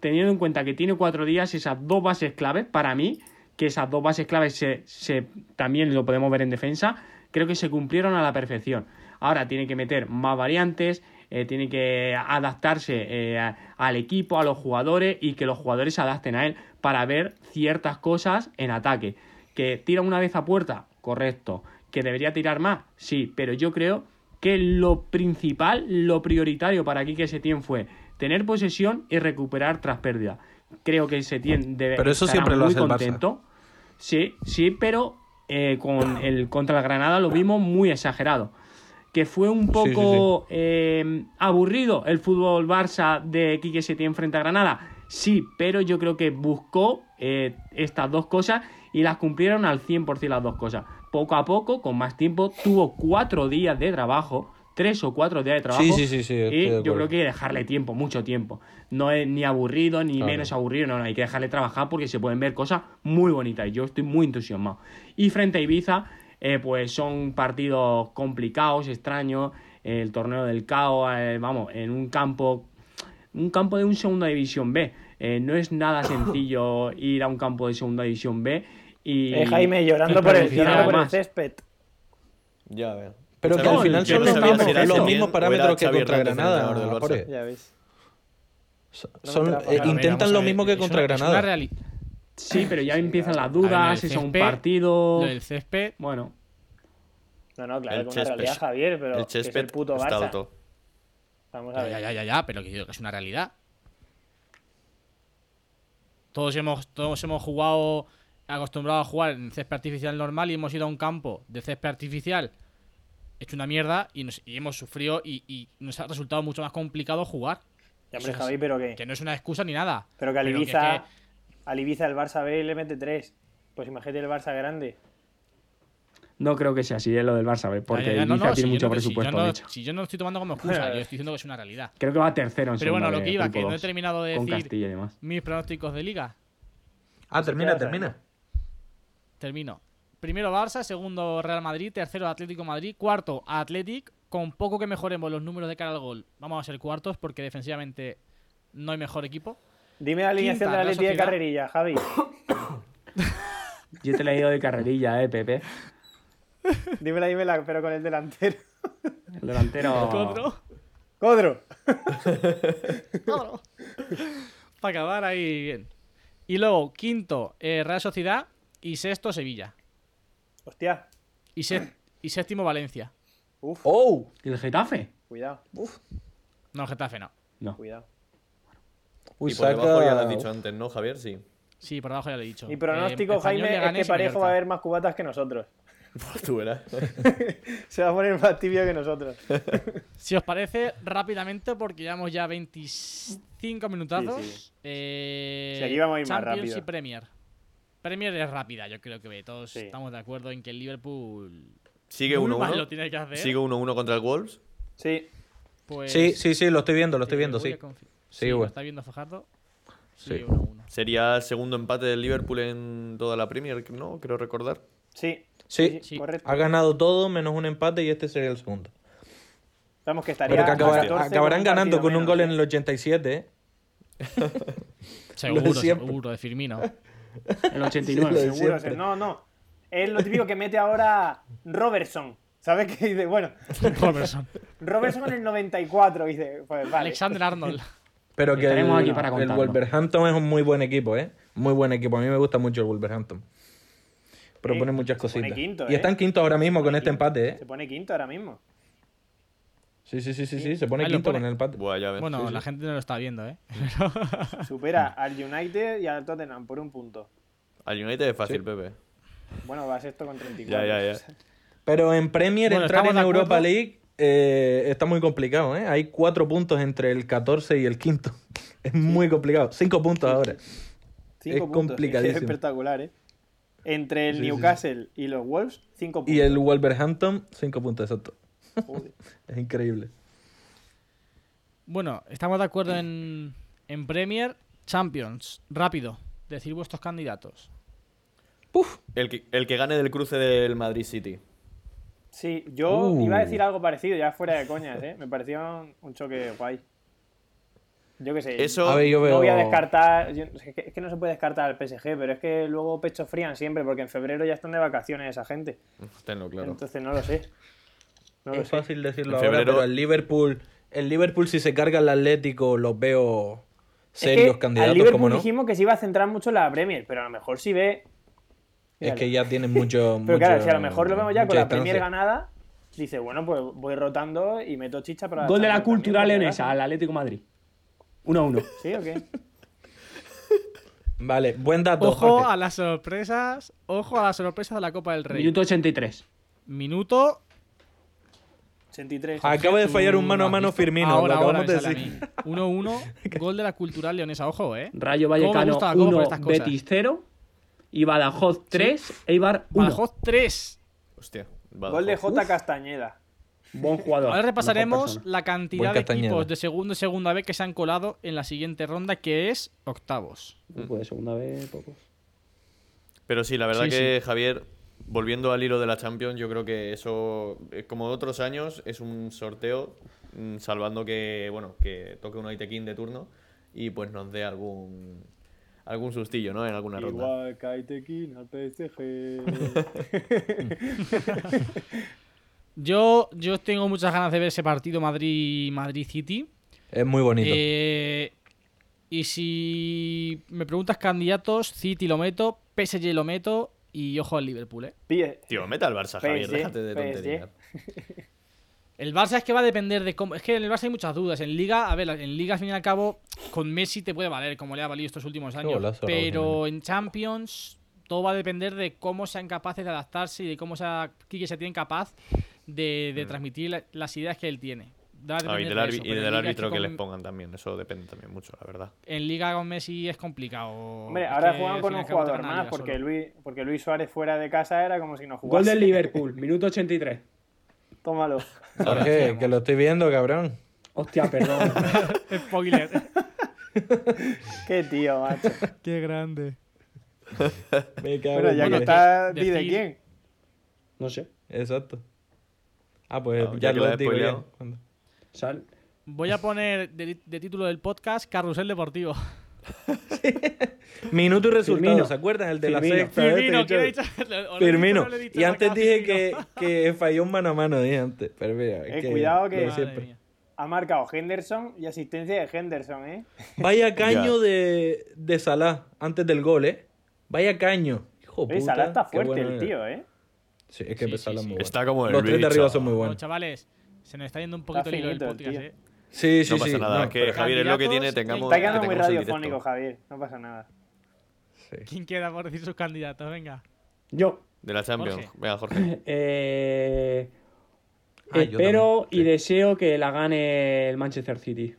Speaker 3: Teniendo en cuenta que tiene cuatro días, esas dos bases claves, para mí, que esas dos bases claves se, se- también lo podemos ver en defensa, creo que se cumplieron a la perfección. Ahora tiene que meter más variantes, eh, tiene que adaptarse eh, a- al equipo, a los jugadores y que los jugadores se adapten a él para ver ciertas cosas en ataque. Que tira una vez a puerta, correcto. Que debería tirar más, sí, pero yo creo que lo principal, lo prioritario para Quique Setién fue tener posesión y recuperar tras pérdida. Creo que Setién debe
Speaker 5: Pero eso
Speaker 3: estará
Speaker 5: siempre lo
Speaker 3: muy
Speaker 5: hace el Barça.
Speaker 3: contento. Sí, sí, pero eh, con
Speaker 5: Ah.
Speaker 3: el contra la Granada lo vimos muy exagerado. Que fue un
Speaker 5: Sí, sí,
Speaker 3: poco eh, aburrido el fútbol Barça de Quique Setién frente a Granada. Sí, pero yo creo que buscó eh, estas dos cosas y las cumplieron al 100% las dos cosas. Poco a poco, con más tiempo, tuvo cuatro días de trabajo, tres o cuatro días de trabajo.
Speaker 5: Sí, sí, sí, sí, estoy de
Speaker 3: Y yo
Speaker 5: acuerdo.
Speaker 3: creo que dejarle tiempo, mucho tiempo. No es ni aburrido ni
Speaker 5: Claro.
Speaker 3: menos aburrido, no, no, hay que dejarle trabajar porque se pueden ver cosas muy bonitas y yo estoy muy entusiasmado. Y frente a Ibiza, eh, pues son partidos complicados, extraños, el torneo del caos, eh, vamos, en un campo un campo de un segunda división B. Eh, no es nada sencillo ir a un campo de segunda división B y
Speaker 4: Es Eh, Jaime llorando
Speaker 2: y
Speaker 4: por el,
Speaker 2: producir
Speaker 4: llorando
Speaker 3: algo
Speaker 4: por el
Speaker 3: más.
Speaker 4: césped.
Speaker 6: Ya, a ver.
Speaker 5: Pero
Speaker 6: O sea,
Speaker 5: que al
Speaker 6: no,
Speaker 5: final
Speaker 6: yo
Speaker 5: son
Speaker 6: no
Speaker 5: los
Speaker 6: sabía
Speaker 5: mismos,
Speaker 6: si era
Speaker 5: los
Speaker 6: Setién
Speaker 5: mismos
Speaker 6: o era
Speaker 5: parámetros que
Speaker 6: Xavi
Speaker 5: contra
Speaker 6: Hernández, entrenador del
Speaker 5: Granada.
Speaker 6: Barça.
Speaker 5: Jorge.
Speaker 4: Ya ves.
Speaker 5: Son-
Speaker 4: te la
Speaker 5: eh,
Speaker 4: paso. A ver,
Speaker 5: intentan lo mismo que contra Granada.
Speaker 3: Sí, pero ya empiezan las
Speaker 2: A ver, lo del
Speaker 3: dudas, es un
Speaker 2: césped,
Speaker 3: partido...
Speaker 2: Lo del césped,
Speaker 3: Bueno,
Speaker 4: No, no, claro,
Speaker 6: El
Speaker 4: que una
Speaker 6: césped.
Speaker 4: realidad, Javier, pero
Speaker 6: El
Speaker 4: que es
Speaker 6: césped
Speaker 4: el puto
Speaker 6: está
Speaker 4: Barça.
Speaker 6: alto.
Speaker 4: Vamos a
Speaker 2: Ya, ya,
Speaker 4: ver.
Speaker 2: ya, ya, ya, pero que yo digo que es una realidad. Todos hemos, todos hemos jugado, acostumbrado a jugar en césped artificial normal y hemos ido a un campo de césped artificial hecho una mierda y, nos- y hemos sufrido y, y nos ha resultado mucho más complicado jugar.
Speaker 4: Ya,
Speaker 2: Eso
Speaker 4: hombre,
Speaker 2: es
Speaker 4: Javi,
Speaker 2: así.
Speaker 4: pero que,
Speaker 2: Que no es una excusa ni nada.
Speaker 4: pero que al
Speaker 2: Pero que-
Speaker 4: Ibiza,
Speaker 2: que-
Speaker 4: al Ibiza el Barça B le mete 3. Pues imagínate el Barça grande.
Speaker 3: No creo que sea así, es lo del Barça, ¿ves? porque
Speaker 2: Ya,
Speaker 3: el
Speaker 2: ya, ya, no,
Speaker 3: Ibiza
Speaker 2: no, si
Speaker 3: tiene
Speaker 2: yo
Speaker 3: mucho
Speaker 2: no- si yo
Speaker 3: presupuesto,
Speaker 2: no-
Speaker 3: de hecho.
Speaker 2: Si yo no lo estoy tomando como excusa, yo estoy diciendo que es una realidad.
Speaker 3: Creo que va tercero en
Speaker 2: Pero
Speaker 3: segunda
Speaker 2: bueno, lo
Speaker 3: de
Speaker 2: que iba,
Speaker 3: grupo
Speaker 2: que no he
Speaker 3: dos,
Speaker 2: terminado de
Speaker 3: Con
Speaker 2: decir
Speaker 3: Castilla y demás.
Speaker 2: mis pronósticos de liga.
Speaker 5: Ah, termina,
Speaker 4: queda
Speaker 5: termina.
Speaker 2: Termino. Primero Barça, segundo Real Madrid, tercero Atlético Madrid, cuarto Athletic. Con poco que mejoremos los números de cara al gol, vamos a ser cuartos porque defensivamente no hay mejor equipo.
Speaker 4: Dime la alineación
Speaker 2: Quinta,
Speaker 4: de la
Speaker 2: Real
Speaker 4: Leti de
Speaker 2: Sociedad.
Speaker 4: carrerilla, Javi.
Speaker 3: Yo te la he ido de carrerilla, eh, Pepe.
Speaker 4: Dímela, dímela, pero con el delantero.
Speaker 3: El delantero.
Speaker 2: Otro.
Speaker 4: Codro.
Speaker 2: Para acabar ahí bien. Y luego, quinto, eh, Real Sociedad. Y sexto, Sevilla.
Speaker 4: Hostia.
Speaker 2: Y, sé- y séptimo, Valencia.
Speaker 4: Uf,
Speaker 5: ¡Oh!
Speaker 3: ¿Y el Getafe?
Speaker 4: cuidado,
Speaker 2: No, Getafe no.
Speaker 3: No.
Speaker 4: cuidado.
Speaker 5: Uy,
Speaker 6: y por debajo ya lo has
Speaker 5: saca-
Speaker 6: dicho antes, ¿no, Javier? Sí.
Speaker 2: Sí, por abajo ya lo he dicho.
Speaker 4: Mi pronóstico,
Speaker 2: Eh, Español,
Speaker 4: Jaime, es
Speaker 2: Leganés
Speaker 4: que
Speaker 2: y
Speaker 4: Parejo
Speaker 2: Mallorca.
Speaker 4: va a ver más cubatas que nosotros.
Speaker 6: Pues tú verás.
Speaker 4: Se va a poner más tibio que nosotros.
Speaker 2: Si os parece, rápidamente, porque llevamos ya 25 minutazos.
Speaker 4: Sí, sí.
Speaker 2: Eh,
Speaker 4: Sí, aquí vamos a ir más
Speaker 2: Champions
Speaker 4: rápido.
Speaker 2: y Premier. Premier es rápida, yo creo que todos
Speaker 4: Sí.
Speaker 2: estamos de acuerdo en que el Liverpool
Speaker 6: Sigue
Speaker 2: muy mal lo
Speaker 6: 1-1.
Speaker 2: tiene que hacer.
Speaker 6: Sigue 1-1 contra el Wolves.
Speaker 4: Sí,
Speaker 2: Pues,
Speaker 5: Sí, sí, sí, lo estoy viendo, lo estoy
Speaker 2: eh,
Speaker 5: viendo,
Speaker 2: voy
Speaker 5: sí.
Speaker 2: a confi-
Speaker 5: Sí,
Speaker 2: sí, lo
Speaker 5: güey.
Speaker 2: está viendo Fajardo. Sí,
Speaker 5: Sí.
Speaker 2: 1-1.
Speaker 6: Sería el segundo empate del Liverpool en toda la Premier, ¿no? Creo recordar.
Speaker 4: sí.
Speaker 5: Sí,
Speaker 2: Sí.
Speaker 4: correcto.
Speaker 5: ha ganado todo menos un empate y este sería el segundo.
Speaker 4: Vamos, que estaría.
Speaker 5: Pero que acabará-
Speaker 4: 14 con
Speaker 5: acabarán
Speaker 4: un
Speaker 5: ganando
Speaker 4: partido
Speaker 5: con un
Speaker 4: menos,
Speaker 5: gol
Speaker 4: ¿eh?
Speaker 5: en el 87, ¿eh?
Speaker 2: Seguro,
Speaker 5: siempre.
Speaker 2: seguro, de Firmino.
Speaker 3: El 89.
Speaker 5: Sí, lo de
Speaker 4: Seguro,
Speaker 5: siempre.
Speaker 4: No, no. Es lo típico que mete ahora Robertson. ¿Sabes qué dice? Bueno,
Speaker 2: Robertson.
Speaker 4: Robertson en el 94. Dice, pues vale.
Speaker 2: Alexander Arnold.
Speaker 5: Pero que el,
Speaker 3: Estaremos aquí para
Speaker 5: el
Speaker 3: contarlo.
Speaker 5: Wolverhampton es un muy buen equipo, ¿eh? Muy buen equipo. A mí me gusta mucho el Wolverhampton. Propone
Speaker 4: Sí,
Speaker 5: muchas
Speaker 4: se pone
Speaker 5: cositas.
Speaker 4: quinto,
Speaker 5: Y
Speaker 4: ¿eh?
Speaker 5: están quinto ahora mismo con este empate, ¿eh?
Speaker 4: Se pone quinto ahora mismo.
Speaker 5: Sí, sí, sí, sí, sí. Se pone
Speaker 2: Ahí lo
Speaker 5: quinto
Speaker 2: pone.
Speaker 5: con el empate.
Speaker 6: Buah, ya ves.
Speaker 2: Bueno,
Speaker 6: Sí, sí.
Speaker 2: la gente no lo está viendo, ¿eh?
Speaker 4: Supera al United y al Tottenham por un punto.
Speaker 6: Al United es fácil, Pepe.
Speaker 4: Bueno, va sexto con 34.
Speaker 6: Ya, ya, ya.
Speaker 5: Pero en Premier,
Speaker 2: Bueno,
Speaker 5: entrar
Speaker 2: ¿estamos
Speaker 5: en
Speaker 2: de acuerdo?
Speaker 5: Europa League eh, está muy complicado, ¿eh? Hay cuatro puntos entre el 14 y el quinto. Es muy complicado. Cinco puntos ahora.
Speaker 4: Cinco
Speaker 5: Es
Speaker 4: puntos,
Speaker 5: complicadísimo.
Speaker 4: Es espectacular, ¿eh? Entre el
Speaker 5: Sí, sí, sí.
Speaker 4: Newcastle y los Wolves, 5 puntos.
Speaker 5: Y el Wolverhampton, cinco puntos, exacto.
Speaker 4: Joder.
Speaker 5: Es increíble.
Speaker 2: Bueno, estamos de acuerdo en, en Premier. Champions, rápido. Decir vuestros candidatos.
Speaker 6: El que, el que gane del cruce del Madrid City.
Speaker 4: Sí, yo
Speaker 5: Uh.
Speaker 4: iba a decir algo parecido, ya fuera de coñas, ¿eh? Me pareció un, un choque guay. Yo qué sé.
Speaker 6: Eso.
Speaker 5: A ver, yo veo.
Speaker 4: No voy a descartar. yo- es, que, es que no se puede descartar al PSG, pero es que luego pecho frían siempre, porque en febrero ya están de vacaciones esa gente.
Speaker 6: Tenlo claro.
Speaker 4: Entonces no lo sé. No lo
Speaker 5: Es
Speaker 4: sé.
Speaker 5: fácil decirlo
Speaker 6: En
Speaker 5: ahora,
Speaker 6: febrero-
Speaker 5: pero el Liverpool, el Liverpool si se carga el Atlético, los veo
Speaker 4: Es
Speaker 5: serios
Speaker 4: que al
Speaker 5: candidatos,
Speaker 4: Liverpool
Speaker 5: como no.
Speaker 4: dijimos que se iba a centrar mucho en la Premier, pero a lo mejor si ve.
Speaker 5: Es
Speaker 4: Míralo.
Speaker 5: que ya tienen mucho.
Speaker 4: Pero claro,
Speaker 5: mucho-
Speaker 4: si a lo mejor lo vemos ya con
Speaker 5: mucha
Speaker 4: la Premier
Speaker 5: distancia.
Speaker 4: ganada, dice, bueno, pues voy rotando y meto chicha para.
Speaker 3: Gol de la
Speaker 4: Champions
Speaker 3: cultura
Speaker 4: también,
Speaker 3: leonesa al Atlético de Madrid. 1-1.
Speaker 4: ¿Sí o qué?
Speaker 5: Vale, buen dato.
Speaker 2: Ojo
Speaker 5: Jorge.
Speaker 2: a las sorpresas. Ojo a las sorpresas de la Copa del Rey.
Speaker 3: Minuto 83.
Speaker 2: Minuto.
Speaker 4: 83.
Speaker 5: Acaba de
Speaker 2: tú
Speaker 5: fallar un mano a
Speaker 2: has
Speaker 5: mano
Speaker 2: visto.
Speaker 5: Firmino.
Speaker 2: Mm, Ahora,
Speaker 5: lo
Speaker 2: ahora
Speaker 5: acabamos
Speaker 2: me
Speaker 5: de
Speaker 2: sale a
Speaker 5: decir.
Speaker 2: mí. 1-1. gol de la cultural leonesa. Ojo, eh.
Speaker 3: Rayo
Speaker 2: me
Speaker 3: Vallecano
Speaker 2: gusta la Copa por
Speaker 3: 1,
Speaker 2: estas cosas?
Speaker 3: Betis 0. Y Badajoz 3, Eibar 1.
Speaker 2: Badajoz 3.
Speaker 6: Hostia.
Speaker 4: Gol de
Speaker 6: Badajoz.
Speaker 4: J. Castañeda.
Speaker 3: Buen jugador.
Speaker 2: Ahora repasaremos
Speaker 3: Mejor persona.
Speaker 2: la cantidad
Speaker 5: Buen
Speaker 2: de
Speaker 5: Castañeda.
Speaker 2: equipos de segunda y segunda B que se han colado en la siguiente ronda, que es octavos.
Speaker 3: Grupo de segunda vez, pocos.
Speaker 6: Pero sí, la verdad
Speaker 2: Sí,
Speaker 6: que Javier, volviendo al hilo de la Champions, yo creo que eso, eh, como otros años, es un sorteo, mm, salvando que, bueno, que toque un Aitequín de turno y pues nos dé algún algún sustillo, ¿no? En alguna ronda.
Speaker 4: Igual Kaitekin al PSG.
Speaker 2: Yo, yo tengo muchas ganas de ver ese partido Madrid-City. madrid city
Speaker 5: Es muy bonito.
Speaker 2: Eh, y si me preguntas candidatos, City lo meto, PSG lo meto y ojo al Liverpool, ¿eh?
Speaker 4: Pie-
Speaker 6: Tío, meta al Barça, Javier,
Speaker 4: PSG,
Speaker 6: déjate de
Speaker 4: PSG.
Speaker 6: tonterías.
Speaker 2: El Barça es que va a depender de cómo... Es que en el Barça hay muchas dudas. En Liga, a ver, en Liga al fin y al cabo, con Messi te puede valer, como le ha valido estos últimos años.
Speaker 5: golazo, Raúl
Speaker 2: pero en Champions todo va a depender de cómo sean capaces de adaptarse y de cómo sea, Quique se tiene capaz de, de transmitir la- las ideas que él tiene. va a
Speaker 6: Mm. Ah, y
Speaker 2: depender
Speaker 6: del,
Speaker 2: de
Speaker 6: arbi-
Speaker 2: eso,
Speaker 6: y
Speaker 2: pero en
Speaker 6: del
Speaker 2: Liga es
Speaker 6: árbitro que les
Speaker 2: con-
Speaker 6: pongan también, eso depende también mucho, la verdad.
Speaker 2: En Liga con Messi es complicado.
Speaker 4: Hombre,
Speaker 2: Es
Speaker 4: ahora
Speaker 2: que,
Speaker 4: juegan
Speaker 2: al
Speaker 4: con
Speaker 2: fin y
Speaker 4: un
Speaker 2: al cabo, te
Speaker 4: jugador
Speaker 2: gana
Speaker 4: más,
Speaker 2: Liga
Speaker 4: porque
Speaker 2: solo.
Speaker 4: Luis, porque Luis Suárez fuera de casa era como si no jugase.
Speaker 3: Gol del Liverpool, minuto 83.
Speaker 4: Tómalo.
Speaker 5: Jorge, que lo estoy viendo, cabrón.
Speaker 3: Hostia, perdón.
Speaker 2: Spoiler.
Speaker 4: Qué tío, macho.
Speaker 2: Qué grande.
Speaker 5: Me cago
Speaker 4: Bueno,
Speaker 5: en
Speaker 4: ya que
Speaker 5: diez.
Speaker 4: está, di de
Speaker 2: decir-
Speaker 4: quién.
Speaker 3: No sé.
Speaker 5: Exacto. Ah, pues
Speaker 6: Ah,
Speaker 5: ya,
Speaker 6: ya que
Speaker 5: lo
Speaker 6: lo has
Speaker 5: digo
Speaker 6: spoileado.
Speaker 5: yo. Cuando-
Speaker 3: O sea, el
Speaker 2: Voy a poner de, de título del podcast Carrusel Deportivo.
Speaker 5: Minuto y resultado,
Speaker 3: Firmino.
Speaker 5: ¿se acuerdan? El de
Speaker 3: Firmino.
Speaker 5: la sexta.
Speaker 2: Firmino,
Speaker 5: este
Speaker 2: ¿qué le he
Speaker 5: bicho.
Speaker 2: dicho? ¿O lo he dicho
Speaker 5: Firmino.
Speaker 2: o no le he dicho?
Speaker 5: Y
Speaker 2: Se
Speaker 5: antes
Speaker 2: acaba
Speaker 5: dije que,
Speaker 2: Firmino.
Speaker 5: que falló un mano a mano, dije antes. Pero mira, es
Speaker 4: Eh,
Speaker 5: que
Speaker 4: cuidado que-
Speaker 5: lo de
Speaker 2: Madre
Speaker 5: siempre.
Speaker 2: mía.
Speaker 4: Ha marcado Henderson y asistencia de Henderson, ¿eh?
Speaker 5: Vaya caño de, de Salah antes del gol, ¿eh? Vaya caño. Hijo
Speaker 4: Oye,
Speaker 5: puta.
Speaker 4: Salah está
Speaker 5: qué
Speaker 4: fuerte
Speaker 5: bueno
Speaker 4: el
Speaker 5: era.
Speaker 4: tío, ¿eh?
Speaker 5: Sí, es que
Speaker 2: Sí, sí,
Speaker 5: Salah es
Speaker 2: sí.
Speaker 5: muy bueno.
Speaker 6: Está como el
Speaker 5: Los tres de arriba
Speaker 6: bicho.
Speaker 5: son muy
Speaker 2: Bueno,
Speaker 5: buenos.
Speaker 2: chavales, se nos está yendo un poquito el hilo del
Speaker 4: finito el
Speaker 2: podcast,
Speaker 4: tío.
Speaker 2: eh.
Speaker 5: Sí, sí,
Speaker 6: no pasa
Speaker 5: sí.
Speaker 6: nada,
Speaker 5: no,
Speaker 6: es que
Speaker 5: pero-
Speaker 6: Javier es lo que
Speaker 2: Candidatos,
Speaker 6: tiene, tengamos,
Speaker 4: Está
Speaker 6: que
Speaker 4: quedando muy
Speaker 6: tengamos en directo.
Speaker 4: radiofónico, Javier. No pasa nada.
Speaker 5: sí.
Speaker 2: ¿Quién queda por decir sus candidatos? Venga.
Speaker 3: Yo.
Speaker 6: De la Champions.
Speaker 2: Jorge.
Speaker 6: Venga, Jorge.
Speaker 3: eh,
Speaker 5: Ah, yo
Speaker 3: espero
Speaker 5: también,
Speaker 3: y
Speaker 5: sí.
Speaker 3: deseo que la gane el Manchester City.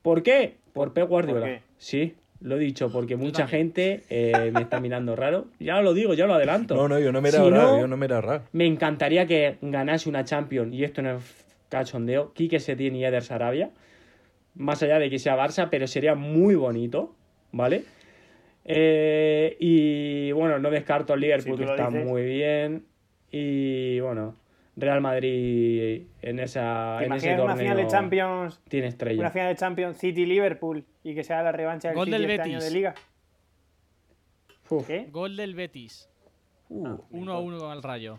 Speaker 3: ¿Por qué? Por Pep Guardiola.
Speaker 4: ¿Por qué?
Speaker 3: Sí, lo he dicho, porque mucha
Speaker 2: también.
Speaker 3: gente eh, me está mirando raro. Ya lo digo, ya lo adelanto.
Speaker 5: No, no, yo no me
Speaker 3: Si
Speaker 5: era raro,
Speaker 3: no-
Speaker 5: yo no me era raro.
Speaker 3: Me encantaría que ganase una Champions, y esto no es cachondeo, Quique Setién y Eder Sarabia, más allá de que sea Barça, pero sería muy bonito, ¿vale? Eh, y bueno, no descarto el Liverpool,
Speaker 4: Si tú
Speaker 3: que
Speaker 4: lo
Speaker 3: está
Speaker 4: dices.
Speaker 3: muy bien, y bueno, Real Madrid en, esa,
Speaker 5: Ah,
Speaker 4: ¿Te
Speaker 3: en ese
Speaker 4: imaginas
Speaker 3: torneo
Speaker 4: una final de Champions?
Speaker 3: tiene estrella.
Speaker 4: Una final de Champions City-Liverpool y que sea la revancha del
Speaker 2: Gol
Speaker 4: City
Speaker 2: del
Speaker 4: este
Speaker 2: Betis.
Speaker 4: año de Liga.
Speaker 3: Uf.
Speaker 4: ¿Qué?
Speaker 2: Gol del Betis.
Speaker 5: Uh.
Speaker 4: No, me
Speaker 2: 1 a 1 con el Rayo.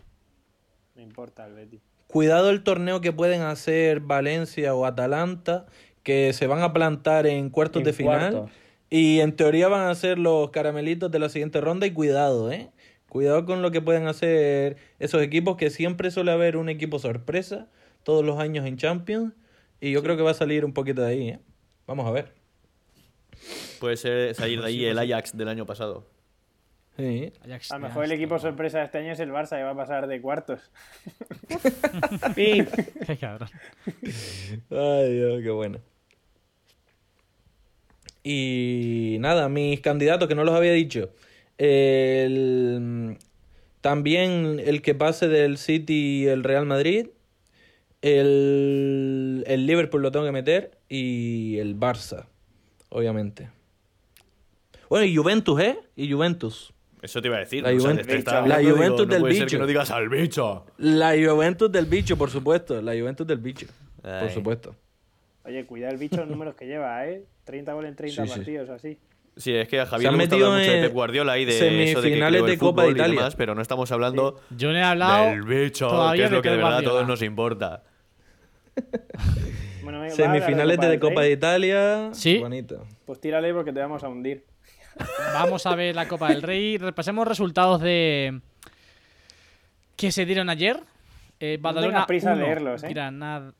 Speaker 4: No importa el Betis.
Speaker 5: Cuidado el torneo que pueden hacer Valencia o Atalanta, que se van a plantar en cuartos
Speaker 3: En
Speaker 5: de final.
Speaker 3: cuartos.
Speaker 5: Y en teoría van a ser los caramelitos de la siguiente ronda. Y cuidado, ¿eh? Cuidado con lo que pueden hacer esos equipos, que siempre suele haber un equipo sorpresa todos los años en Champions. Y yo creo que va a salir un poquito de ahí, ¿eh? Vamos a ver.
Speaker 6: Puede ser salir de ahí el Ajax del año pasado.
Speaker 5: Sí.
Speaker 2: Ajax-
Speaker 4: A lo mejor el equipo sorpresa de este año es el Barça que va a pasar de cuartos.
Speaker 3: Pim.
Speaker 2: Qué cabrón.
Speaker 5: Ay, Dios, qué bueno. Y nada, mis candidatos que no los había dicho. El- también el que pase del City y el Real Madrid. El, el Liverpool lo tengo que meter. Y el Barça, obviamente. Bueno, y Juventus, ¿eh? Y Juventus.
Speaker 6: Eso te iba a decir.
Speaker 5: La
Speaker 6: o sea,
Speaker 5: Juventus-
Speaker 6: te estaba
Speaker 5: la
Speaker 6: hablando, digo,
Speaker 5: Juventus
Speaker 6: no
Speaker 5: del
Speaker 6: puede ser
Speaker 5: bicho.
Speaker 6: que no digas al bicho.
Speaker 5: La Juventus del bicho, por supuesto. La Juventus del bicho. Por
Speaker 6: Ay.
Speaker 5: supuesto.
Speaker 4: Oye, cuidado el bicho los números que lleva, ¿eh? 30 goles en 30
Speaker 5: Sí, sí.
Speaker 4: partidos o así.
Speaker 6: Sí, es que a
Speaker 5: Se
Speaker 6: Javier
Speaker 5: han
Speaker 6: le gusta
Speaker 5: metido
Speaker 6: hablar mucho de
Speaker 5: en
Speaker 6: Pep Guardiola y de eso de que
Speaker 5: semifinales
Speaker 6: creó el
Speaker 5: de Copa de
Speaker 6: fútbol y
Speaker 5: Italia.
Speaker 6: demás, pero no estamos hablando
Speaker 2: Yo no he hablado.
Speaker 6: del bicho, que
Speaker 2: todavía
Speaker 6: es lo que de
Speaker 2: Pep
Speaker 6: verdad a
Speaker 2: Guardiola.
Speaker 6: todos nos importa.
Speaker 4: Bueno, venga, ¿vas a hablar
Speaker 5: Semifinales de Copa
Speaker 4: del
Speaker 5: de
Speaker 4: Rey?
Speaker 5: Italia.
Speaker 2: Sí.
Speaker 5: Bonito.
Speaker 4: Pues tírale porque te vamos a hundir.
Speaker 2: Vamos a ver la Copa del Rey. Repasemos resultados de. que se dieron ayer. Eh,
Speaker 4: No tengas
Speaker 2: Badalona.
Speaker 4: prisa de
Speaker 2: 1,
Speaker 4: leerlos, ¿eh?
Speaker 2: Granada.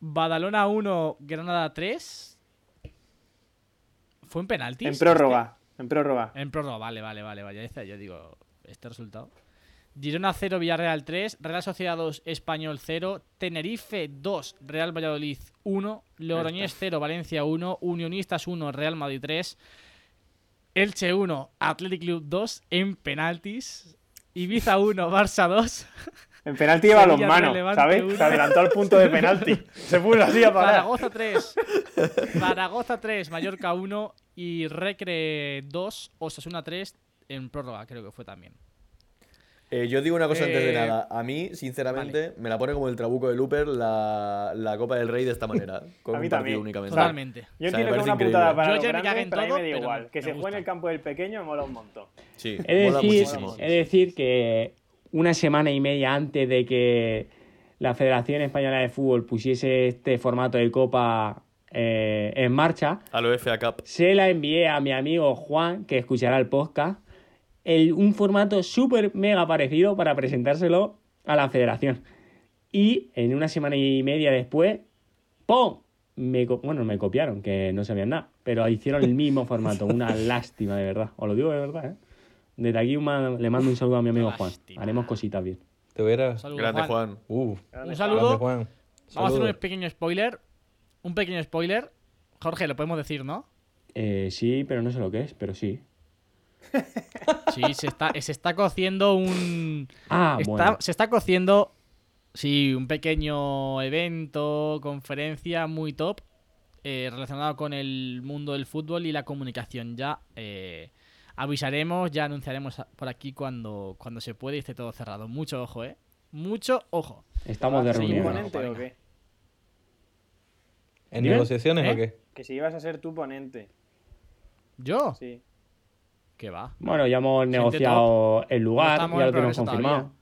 Speaker 2: Badalona 1, Granada 3. ¿Fue en penaltis?
Speaker 4: En prórroga, en prórroga.
Speaker 2: En prórroga, vale, vale, vale, vaya. esta- Yo digo, este resultado. Girona 0, Villarreal 3, Real Sociedad 2, Español 0, Tenerife 2, Real Valladolid 1, Logroñés 0, Valencia 1, Unionistas 1, Real Madrid 3, Elche 1, Athletic Club 2, en penaltis, Ibiza 1, Barça 2,
Speaker 4: En penalti lleva los
Speaker 2: Sevilla
Speaker 4: manos,
Speaker 2: relevante
Speaker 4: ¿sabes?
Speaker 2: uno.
Speaker 4: Se adelantó al punto de penalti. Se puso así a parar.
Speaker 2: Zaragoza 3, Zaragoza 3, Mallorca 1 y Recre 2, Osasuna 3, en prórroga creo que fue también.
Speaker 6: Eh, yo digo una cosa antes de
Speaker 2: Eh,
Speaker 6: nada. A mí, sinceramente, me la pone como el trabuco de Looper la, la Copa del Rey de esta manera. Con
Speaker 4: A mí
Speaker 6: un partido
Speaker 4: también.
Speaker 6: únicamente.
Speaker 2: Totalmente.
Speaker 4: Yo
Speaker 6: O sea, me
Speaker 4: entiendo que es
Speaker 6: parece
Speaker 4: una putada
Speaker 6: increíble.
Speaker 4: para
Speaker 2: Yo
Speaker 4: los
Speaker 2: ayer me cagué
Speaker 4: grandes,
Speaker 2: en
Speaker 4: pero a mí
Speaker 2: todo,
Speaker 4: me da
Speaker 2: pero
Speaker 4: igual.
Speaker 2: me-
Speaker 4: que
Speaker 2: me
Speaker 4: se juegue
Speaker 2: gusta.
Speaker 4: en el campo del pequeño mola un montón.
Speaker 6: Sí,
Speaker 3: Es
Speaker 6: mola
Speaker 3: decir,
Speaker 6: muchísimo.
Speaker 3: es decir que una semana y media antes de que la Federación Española de Fútbol pusiese este formato de copa eh, en marcha,
Speaker 6: A lo FA Cup.
Speaker 3: se la envié a mi amigo Juan, que escuchará el podcast, el- un formato súper mega parecido para presentárselo a la Federación. Y en una semana y media después, ¡pum! Me, co- bueno, me copiaron, que no sabían nada, pero hicieron el mismo formato. Una lástima, de verdad. Os lo digo de verdad, ¿eh? Desde aquí un ma- le mando un saludo a mi amigo Juan.
Speaker 2: Lástima.
Speaker 3: Haremos cositas bien.
Speaker 5: Te verás.
Speaker 2: Saludos,
Speaker 6: Grande,
Speaker 2: Juan.
Speaker 6: Juan.
Speaker 5: Uh,
Speaker 2: Un
Speaker 5: grande,
Speaker 2: saludo.
Speaker 5: Juan.
Speaker 2: Vamos a hacer
Speaker 5: Saludos.
Speaker 2: un pequeño spoiler. Un pequeño spoiler. Jorge, lo podemos decir, ¿no?
Speaker 3: Eh, sí, pero no sé lo que es, pero sí.
Speaker 2: Sí, se está, se está cociendo un.
Speaker 3: Ah,
Speaker 2: está-
Speaker 3: bueno.
Speaker 2: Se está cociendo. Sí, un pequeño evento, conferencia muy top. eh, relacionado con el mundo del fútbol y la comunicación. Ya eh, avisaremos, ya anunciaremos a- por aquí cuando, cuando se puede y esté todo cerrado. Mucho ojo, ¿eh? Mucho ojo.
Speaker 3: Estamos de
Speaker 4: ¿Vas a seguir
Speaker 3: reunión.
Speaker 4: ponente o qué?
Speaker 5: ¿En
Speaker 3: Dime.
Speaker 5: negociaciones
Speaker 2: ¿Eh?
Speaker 5: o qué?
Speaker 4: Que si ibas a ser tu ponente.
Speaker 2: ¿Yo?
Speaker 4: Sí.
Speaker 2: ¿Qué va?
Speaker 3: Bueno, ya hemos
Speaker 2: Gente
Speaker 3: negociado el
Speaker 2: No
Speaker 3: lugar,
Speaker 2: estamos
Speaker 3: ya
Speaker 2: en
Speaker 3: lo tenemos
Speaker 2: progreso
Speaker 3: confirmado.
Speaker 2: todavía.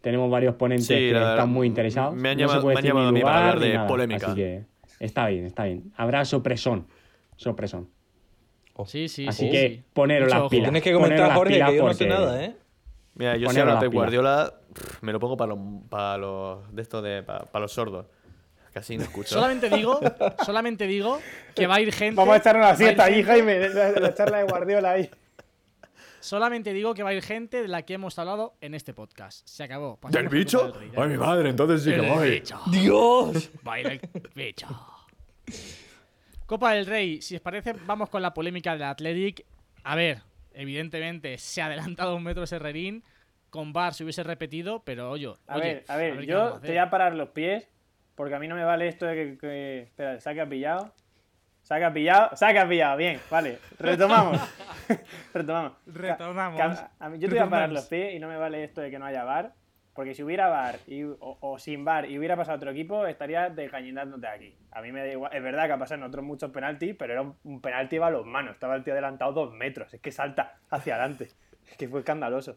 Speaker 3: Tenemos varios ponentes
Speaker 6: Sí,
Speaker 3: que
Speaker 6: la verdad,
Speaker 3: están muy interesados.
Speaker 6: me han
Speaker 3: No se
Speaker 6: llamado-
Speaker 3: puede
Speaker 6: me han
Speaker 3: decir ni
Speaker 6: llamado a mí para
Speaker 3: lugar
Speaker 6: hablar
Speaker 3: ni
Speaker 6: de
Speaker 3: nada,
Speaker 6: polémica.
Speaker 3: Así que está bien, está bien. Habrá sorpresón. Sorpresón.
Speaker 2: Sí, sí,
Speaker 3: Así
Speaker 2: sí,
Speaker 3: que
Speaker 2: sí.
Speaker 3: poneros
Speaker 2: Mucho
Speaker 3: las
Speaker 2: ojo.
Speaker 3: pilas.
Speaker 5: Tienes que
Speaker 3: Poneros
Speaker 5: comentar,
Speaker 3: las
Speaker 5: Jorge,
Speaker 3: pilas
Speaker 5: que yo no sé
Speaker 3: porque-
Speaker 5: nada, ¿eh?
Speaker 6: Mira, yo
Speaker 3: Poneros
Speaker 6: si ahora
Speaker 3: las
Speaker 6: Pep
Speaker 3: pilas.
Speaker 6: Guardiola pff, me lo pongo para los, para los de esto de para, los sordos. Casi no escucho.
Speaker 2: Solamente digo, solamente digo que va a ir gente.
Speaker 4: Vamos a echarnos
Speaker 2: va
Speaker 4: la
Speaker 2: ir
Speaker 4: siesta ahí,
Speaker 2: gente-
Speaker 4: Jaime, la, la charla de Guardiola ahí.
Speaker 2: Solamente digo que va a ir gente de la que hemos hablado en este podcast. Se acabó. Pasamos
Speaker 6: ¿Del
Speaker 2: con
Speaker 6: bicho?
Speaker 2: Copa del Rey, ya.
Speaker 6: Ay, mi madre, entonces sí que
Speaker 2: El
Speaker 6: voy.
Speaker 2: bicho.
Speaker 5: ¡Dios!
Speaker 2: Va a ir el bicho. Copa del Rey, si os parece, vamos con la polémica del Athletic. A ver, evidentemente se ha adelantado un metro Serrerín. Con Bar se hubiese repetido, pero oye.
Speaker 4: A
Speaker 2: oye,
Speaker 4: ver, a ver,
Speaker 2: qué vamos
Speaker 4: yo
Speaker 2: a
Speaker 4: te
Speaker 2: hacer.
Speaker 4: voy a parar los pies, porque a mí no me vale esto de que. que- espera, saca pillado. Saca pillado, saca pillado, bien, vale. Retomamos. retomamos. Ca-
Speaker 2: Retomamos.
Speaker 4: ca- a mí- yo te voy a parar
Speaker 2: Retomamos.
Speaker 4: los pies y no me vale esto de que no haya bar, porque si hubiera bar y, o, o sin bar y hubiera pasado otro equipo, estarías desgañinándote aquí. A mí me da igual. Es verdad que ha pasado en otros muchos penaltis, pero era un, un penalti a los manos. Estaba el tío adelantado dos metros. Es que salta hacia adelante. Es que fue escandaloso.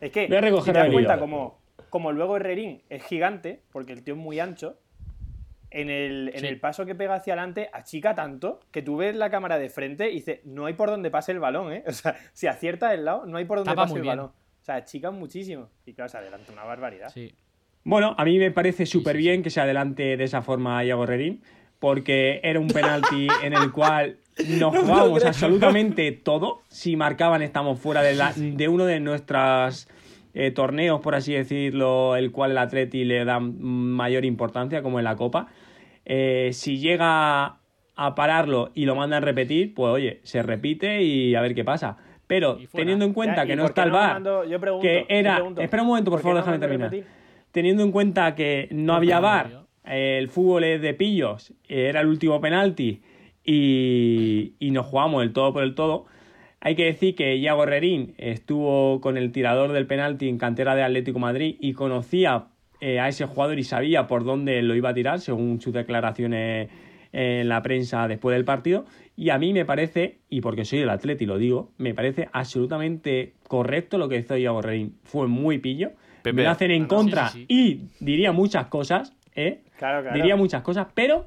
Speaker 4: Es que,
Speaker 3: Voy a recoger
Speaker 4: si te das
Speaker 3: el
Speaker 4: cuenta,
Speaker 3: hilo.
Speaker 4: como, como luego Herrerín es gigante, porque el tío es muy ancho, en el, en
Speaker 2: Sí.
Speaker 4: el paso que pega hacia adelante achica tanto que tú ves la cámara de frente y dices, no hay por dónde pase el balón, ¿eh? O sea, si acierta del lado, no hay por dónde
Speaker 2: Tapa
Speaker 4: pase
Speaker 2: muy
Speaker 4: el
Speaker 2: bien.
Speaker 4: balón. O sea, achican muchísimo. Y claro, se adelanta una barbaridad.
Speaker 2: Sí.
Speaker 3: Bueno, a mí me parece súper
Speaker 2: sí,
Speaker 3: bien que se adelante de esa forma a Iago Redín, porque era un penalti en el cual nos jugábamos absolutamente todo. Si marcaban, estamos fuera de, la- de uno de nuestros torneos, por así decirlo, el cual el Atleti le da mayor importancia, como en la Copa. Eh, si llega a pararlo y lo mandan repetir, pues oye, se repite y a ver qué pasa. Pero
Speaker 2: Y fuera.
Speaker 3: teniendo en cuenta
Speaker 4: Ya, ¿y
Speaker 3: que no
Speaker 4: por qué
Speaker 3: está el
Speaker 4: lo
Speaker 3: VAR,
Speaker 4: mandó? yo pregunto,
Speaker 3: que
Speaker 4: yo
Speaker 3: era.
Speaker 4: pregunto,
Speaker 3: Espera un momento, por,
Speaker 4: qué
Speaker 3: favor,
Speaker 4: no
Speaker 3: déjame
Speaker 4: mandó
Speaker 3: terminar.
Speaker 4: repetir?
Speaker 3: Teniendo en cuenta que
Speaker 2: Porque
Speaker 3: no había
Speaker 2: no
Speaker 3: bar,
Speaker 2: había.
Speaker 3: el fútbol es de pillos, era el último penalti y, y nos jugamos el todo por el todo. Hay que decir que Iago Herrerín estuvo con el tirador del penalti en cantera de Atlético Madrid y conocía eh, a ese jugador y sabía por dónde lo iba a tirar, según sus declaraciones en la prensa después del partido. Y a mí me parece, y porque soy el Atleti lo digo, me parece absolutamente correcto lo que hizo Iago Herrerín. Fue muy pillo,
Speaker 6: Pepe.
Speaker 3: me lo hacen
Speaker 2: Ah,
Speaker 3: en
Speaker 2: no,
Speaker 3: contra
Speaker 2: sí, sí,
Speaker 3: y diría muchas cosas, ¿eh?
Speaker 4: Claro, claro.
Speaker 3: Diría muchas cosas, pero,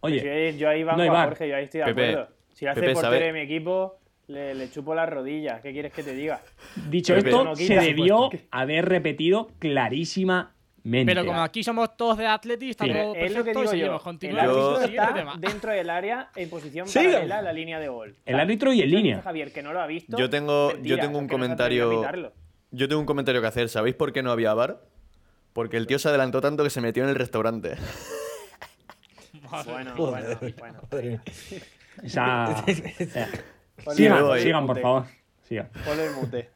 Speaker 4: Pues
Speaker 3: oye,
Speaker 4: yo ahí- yo ahí banco
Speaker 3: no hay
Speaker 4: a
Speaker 3: VAR.
Speaker 4: Jorge, yo ahí estoy de
Speaker 6: Pepe,
Speaker 4: acuerdo. Si hace
Speaker 6: Pepe,
Speaker 4: portero
Speaker 6: ¿sabe?
Speaker 4: de mi equipo, le, le chupo las rodillas. ¿Qué quieres que te diga?
Speaker 3: dicho
Speaker 6: Pepe.
Speaker 3: esto,
Speaker 4: No
Speaker 3: se
Speaker 4: quita,
Speaker 3: debió
Speaker 4: supuesto.
Speaker 3: haber repetido clarísimamente.
Speaker 2: Pero como aquí somos todos de Atleti, está
Speaker 3: Sí.
Speaker 2: todo
Speaker 4: es lo
Speaker 2: perfecto y
Speaker 4: que digo yo.
Speaker 2: seguimos.
Speaker 4: El
Speaker 2: Continúa.
Speaker 4: árbitro
Speaker 2: Siguiente
Speaker 4: está
Speaker 2: tema.
Speaker 4: dentro del área en posición
Speaker 5: Sigan.
Speaker 4: paralela a la línea de gol.
Speaker 3: El árbitro y en
Speaker 4: Eso dice
Speaker 3: línea.
Speaker 4: Javier, que no lo ha visto.
Speaker 6: Yo tengo- yo
Speaker 4: Mentira,
Speaker 6: tengo un
Speaker 4: porque no se ha
Speaker 6: comentario-
Speaker 4: atrevido a pitarlo.
Speaker 6: Yo tengo un comentario que hacer. ¿Sabéis por qué no había bar? Porque el tío se adelantó tanto que se metió en el restaurante.
Speaker 4: Bueno, bueno,
Speaker 5: Joder.
Speaker 4: bueno.
Speaker 5: Madre mía.
Speaker 3: Esa- esa-
Speaker 4: Ponle el
Speaker 3: sigan,
Speaker 6: voy.
Speaker 4: mute,
Speaker 3: sigan, por favor. Sigan.
Speaker 4: Ponle el mute.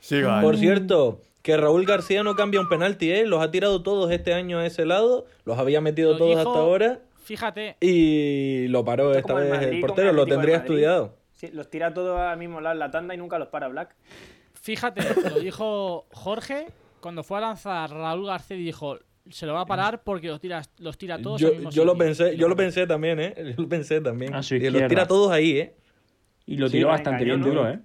Speaker 6: Siga.
Speaker 5: Por cierto, que Raúl García no cambia un penalti, ¿eh? Los ha tirado todos este año a ese lado, los había metido
Speaker 2: Lo
Speaker 5: todos
Speaker 2: dijo-
Speaker 5: hasta ahora
Speaker 2: Fíjate,
Speaker 5: y lo paró
Speaker 4: Esto
Speaker 5: esta
Speaker 4: como el
Speaker 5: vez
Speaker 4: Madrid
Speaker 5: el
Speaker 4: con
Speaker 5: portero, lo
Speaker 4: Atlético de
Speaker 5: tendría
Speaker 4: Madrid.
Speaker 5: estudiado.
Speaker 4: Sí, los tira todos al mismo lado en la tanda y nunca los para Black.
Speaker 2: fíjate, lo dijo Jorge cuando fue a lanzar Raúl García dijo se lo va a parar porque los tira, los tira todos.
Speaker 5: Yo,
Speaker 2: al mismo
Speaker 5: yo lo
Speaker 2: sitio". Y
Speaker 5: pensé, yo lo
Speaker 2: paró.
Speaker 5: pensé también, ¿eh? Yo lo pensé también.
Speaker 3: A su
Speaker 5: Y los
Speaker 3: izquierda.
Speaker 5: tira todos ahí, ¿eh?
Speaker 3: Y lo
Speaker 4: Sí,
Speaker 3: tiró
Speaker 4: lo
Speaker 3: bastante
Speaker 4: engañó,
Speaker 3: bien
Speaker 4: ¿no?
Speaker 3: duro, ¿eh?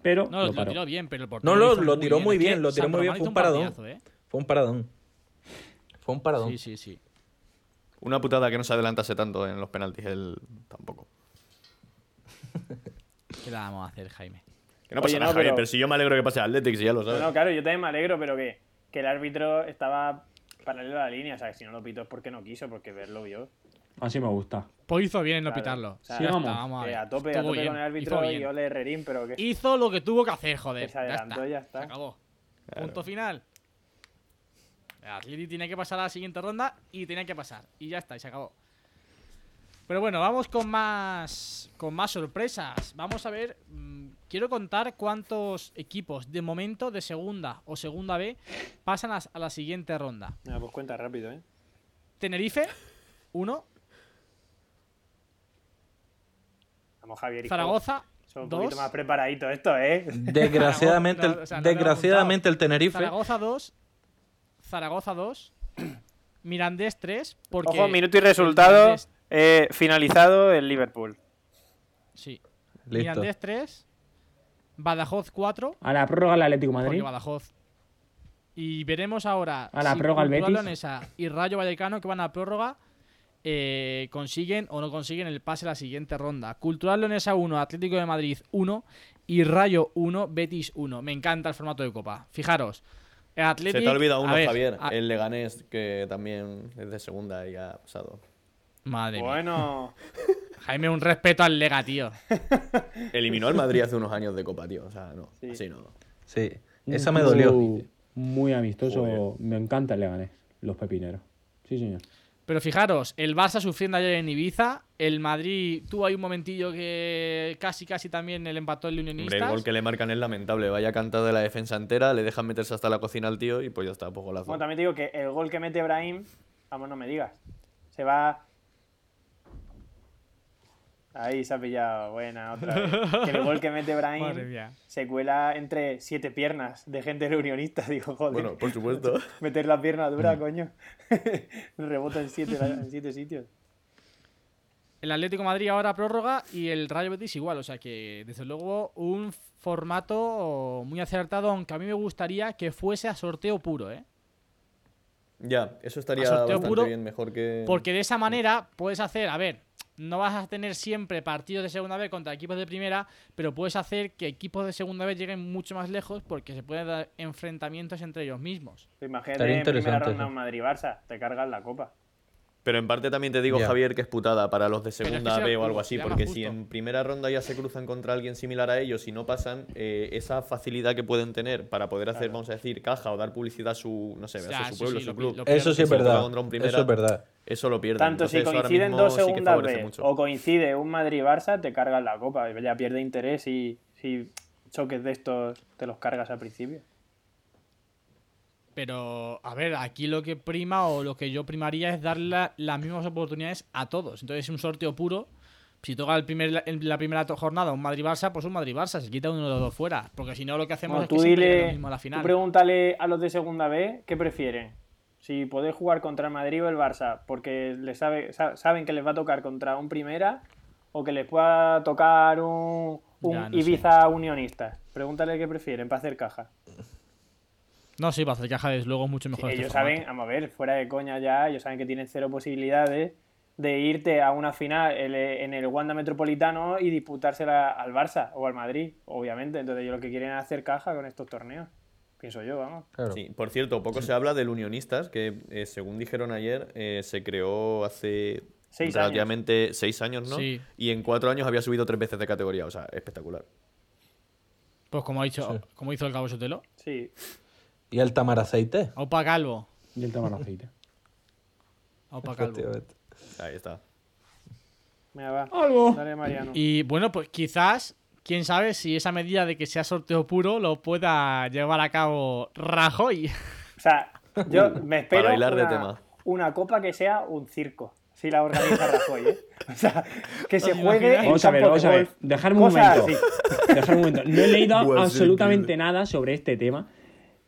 Speaker 3: Pero
Speaker 2: No, lo,
Speaker 3: lo
Speaker 2: lo
Speaker 3: paró.
Speaker 2: tiró bien, pero el portero
Speaker 5: No, lo,
Speaker 2: hizo
Speaker 5: lo tiró muy bien,
Speaker 2: Es que
Speaker 5: lo tiró
Speaker 2: San
Speaker 5: muy bien,
Speaker 2: Román
Speaker 5: fue
Speaker 2: hizo
Speaker 5: un paradón.
Speaker 2: partidazo, ¿eh?
Speaker 5: Fue un paradón. Fue un paradón.
Speaker 2: Sí, sí, sí.
Speaker 6: Una putada que no se adelantase tanto en los penaltis él tampoco.
Speaker 2: ¿Qué le vamos a hacer, Jaime?
Speaker 6: Que no
Speaker 4: Oye,
Speaker 6: pasa
Speaker 4: no,
Speaker 6: nada, Javier,
Speaker 4: pero-
Speaker 6: pero si yo me alegro que pase Athletics, ya lo
Speaker 4: No,
Speaker 6: sabes.
Speaker 4: no, claro, yo también me alegro, pero que, que el árbitro estaba paralelo a la línea. O sea, que si no lo pitó es porque no quiso, porque verlo vio.
Speaker 3: Así me gusta.
Speaker 2: Pues hizo bien en no
Speaker 4: Claro,
Speaker 2: pitarlo.
Speaker 4: o sea,
Speaker 2: Ya está,
Speaker 3: vamos,
Speaker 2: vamos a
Speaker 4: Eh,
Speaker 2: ver.
Speaker 4: a tope, a
Speaker 2: Estuvo
Speaker 4: tope
Speaker 2: bien,
Speaker 4: con el
Speaker 2: hizo
Speaker 4: árbitro y
Speaker 2: bien.
Speaker 4: yo le herrerín, pero que.
Speaker 2: Hizo lo que tuvo que hacer, joder.
Speaker 4: Que se adelantó,
Speaker 2: ya
Speaker 4: ya
Speaker 2: está.
Speaker 4: está.
Speaker 2: Se acabó. Punto final. El Atleti tiene que pasar a la siguiente ronda y tenía que pasar. Y ya está, y se acabó. Pero bueno, vamos con más con más sorpresas. Vamos a ver, mm, quiero contar cuántos equipos de momento de segunda o segunda B pasan a, a la siguiente ronda.
Speaker 4: Venga, pues cuenta rápido, ¿eh?
Speaker 2: Tenerife, 1.
Speaker 4: Vamos, Javier y
Speaker 2: Zaragoza,
Speaker 4: Jos. Son un poquito más
Speaker 2: 2.
Speaker 4: preparaditos esto, ¿eh?
Speaker 5: Desgraciadamente,
Speaker 2: No,
Speaker 5: el,
Speaker 2: o sea, no te lo he
Speaker 5: desgraciadamente el Tenerife.
Speaker 2: Zaragoza, 2. Zaragoza, 2. Mirandés, 3. Porque
Speaker 4: Ojo, minuto y
Speaker 2: el
Speaker 4: resultado.
Speaker 2: Mirandés-
Speaker 4: eh, finalizado el Liverpool.
Speaker 2: Sí.
Speaker 5: Listo.
Speaker 2: Mirandés, 3. Badajoz, 4.
Speaker 3: A la prórroga el Atlético de
Speaker 2: Porque
Speaker 3: Madrid.
Speaker 2: Badajoz. Y veremos ahora
Speaker 3: A la prórroga el
Speaker 2: Cultural
Speaker 3: Betis.
Speaker 2: Leonesa y Rayo Vallecano que van a prórroga eh, consiguen o no consiguen el pase a la siguiente ronda. Cultural Leonesa 1, Atlético de Madrid 1 y Rayo 1, Betis 1. Me encanta el formato de copa. Fijaros. el
Speaker 6: Se
Speaker 2: Athletic-
Speaker 6: te ha olvidado uno,
Speaker 2: a ver,
Speaker 6: Javier.
Speaker 2: a-
Speaker 6: El Leganés, que también es de segunda y ha pasado.
Speaker 2: Madre mía.
Speaker 4: Bueno,
Speaker 2: Jaime, un respeto al Lega, tío.
Speaker 6: Eliminó al Madrid hace unos años de Copa, tío. O sea, no.
Speaker 4: Sí.
Speaker 6: Así no.
Speaker 5: Sí,
Speaker 3: Un
Speaker 5: esa me
Speaker 3: club
Speaker 5: dolió.
Speaker 3: Muy amistoso.
Speaker 6: Joder.
Speaker 3: Me encanta el Leganés. Los pepineros. Sí, señor.
Speaker 2: Pero fijaros, el Barça sufriendo ayer en Ibiza, el Madrid tuvo ahí un momentillo que casi casi también el empató el
Speaker 6: Hombre,
Speaker 2: Unionistas.
Speaker 6: el gol que le marcan es lamentable. Vaya cantada de la defensa entera, le dejan meterse hasta la cocina al tío y pues ya está, pues golazo.
Speaker 4: bueno, también te digo que el gol que mete Brahim, vamos, no me digas. Se va. Ahí se ha pillado. Buena, otra vez. Que el gol que mete
Speaker 2: Madre
Speaker 4: Brahim
Speaker 2: mía.
Speaker 4: se cuela entre siete piernas de gente del unionista. Digo, joder.
Speaker 6: Bueno, por supuesto.
Speaker 4: Meter la pierna dura, coño. Rebota en siete, en siete sitios.
Speaker 2: El Atlético de Madrid ahora prórroga y el Rayo Betis igual. O sea que, desde luego, un formato muy acertado, aunque a mí me gustaría que fuese a sorteo puro, ¿eh?
Speaker 6: Ya, eso estaría
Speaker 2: A sorteo
Speaker 6: bastante
Speaker 2: puro,
Speaker 6: bien, mejor que.
Speaker 2: Porque de esa manera puedes hacer, a ver, no vas a tener siempre partidos de segunda vez contra equipos de primera, pero puedes hacer que equipos de segunda vez lleguen mucho más lejos porque se pueden dar enfrentamientos entre ellos mismos.
Speaker 4: Imagínate
Speaker 5: Estaría
Speaker 4: en primera
Speaker 5: interesante
Speaker 4: ronda
Speaker 5: eso.
Speaker 4: un Madrid-Barça. Te cargas la copa.
Speaker 6: Pero en parte también te digo,
Speaker 5: Ya.
Speaker 6: Javier, que es putada para los de
Speaker 2: es que
Speaker 6: segunda
Speaker 2: sea
Speaker 6: B o algo
Speaker 2: justo,
Speaker 6: así,
Speaker 2: sea más
Speaker 6: porque si
Speaker 2: justo.
Speaker 6: en primera ronda ya se cruzan contra alguien similar a ellos y no pasan, eh, esa facilidad que pueden tener para poder hacer, vamos a decir, caja o dar publicidad a su, no sé,
Speaker 2: Ya,
Speaker 6: a su
Speaker 2: sí,
Speaker 6: pueblo,
Speaker 2: sí,
Speaker 6: su
Speaker 2: lo-
Speaker 6: club,
Speaker 2: lo-
Speaker 5: Eso sí es
Speaker 6: Si se toca
Speaker 5: verdad.
Speaker 6: contra un primera-
Speaker 5: Eso es verdad.
Speaker 6: eso lo pierden.
Speaker 4: Tanto si
Speaker 6: Entonces, ahora
Speaker 4: coinciden
Speaker 6: mismo
Speaker 4: dos
Speaker 6: sí que
Speaker 4: segundas
Speaker 6: favorece
Speaker 4: B,
Speaker 6: mucho.
Speaker 4: o coincide un Madrid-Barça, te cargas la copa. Ya pierde interés y si choques de estos te los cargas al principio.
Speaker 2: Pero, a ver, aquí lo que prima o lo que yo primaría es darle la- las mismas oportunidades a todos. Entonces, un sorteo puro. Si toca el primer, en la primera to- jornada un Madrid-Barça, pues un Madrid-Barça. Se quita uno de los dos fuera. Porque si no, lo que hacemos
Speaker 4: Bueno,
Speaker 2: es que
Speaker 4: tú
Speaker 2: siempre llega
Speaker 4: dile,
Speaker 2: lo mismo a la final.
Speaker 4: tú pregúntale a los de segunda B qué prefieren. Si podés jugar contra el Madrid o el Barça, porque les sabe, sa- saben que les va a tocar contra un primera o que les pueda tocar un, un
Speaker 2: Ya, no sé.
Speaker 4: Ibiza unionista. Pregúntale qué prefieren para hacer caja.
Speaker 2: No, sí, para hacer caja desde luego es mucho mejor. este
Speaker 4: ellos
Speaker 2: formato.
Speaker 4: saben, vamos a ver, fuera de coña ya, ellos saben que tienen cero posibilidades de irte a una final el- en el Wanda Metropolitano y disputársela al Barça o al Madrid, obviamente. Entonces ellos lo que quieren es hacer caja con estos torneos. Pienso yo, vamos.
Speaker 5: Claro.
Speaker 6: Sí, por cierto, poco se habla del Unionistas, que eh, según dijeron ayer, eh, se creó hace
Speaker 4: Seis
Speaker 6: relativamente seis años, ¿no?
Speaker 2: Sí.
Speaker 6: Y en cuatro años había subido tres veces de categoría, o sea, espectacular.
Speaker 2: Pues como, ha dicho, como hizo el Cabo Sotelo.
Speaker 4: Sí,
Speaker 5: Y el Tamaraceite.
Speaker 2: Opa Calvo.
Speaker 3: Y el tema del aceite.
Speaker 2: Opa Calvo.
Speaker 5: Efectivamente.
Speaker 6: Ahí está.
Speaker 4: me va.
Speaker 3: Algo.
Speaker 4: Dale, Mariano.
Speaker 2: Y bueno, pues quizás, quién sabe si esa medida de que sea sorteo puro lo pueda llevar a cabo Rajoy.
Speaker 4: O sea, yo me espero
Speaker 6: Para hilar de
Speaker 4: una,
Speaker 6: tema.
Speaker 4: una copa que sea un circo. Si la organiza Rajoy, ¿eh? O sea, que se juegue en
Speaker 3: Vamos a ver,
Speaker 4: campo
Speaker 3: vamos
Speaker 4: de
Speaker 3: a ver.
Speaker 4: golf.
Speaker 3: Dejarme un
Speaker 4: Cosas
Speaker 3: momento. Dejarme un momento. No he leído absolutamente nada sobre este tema.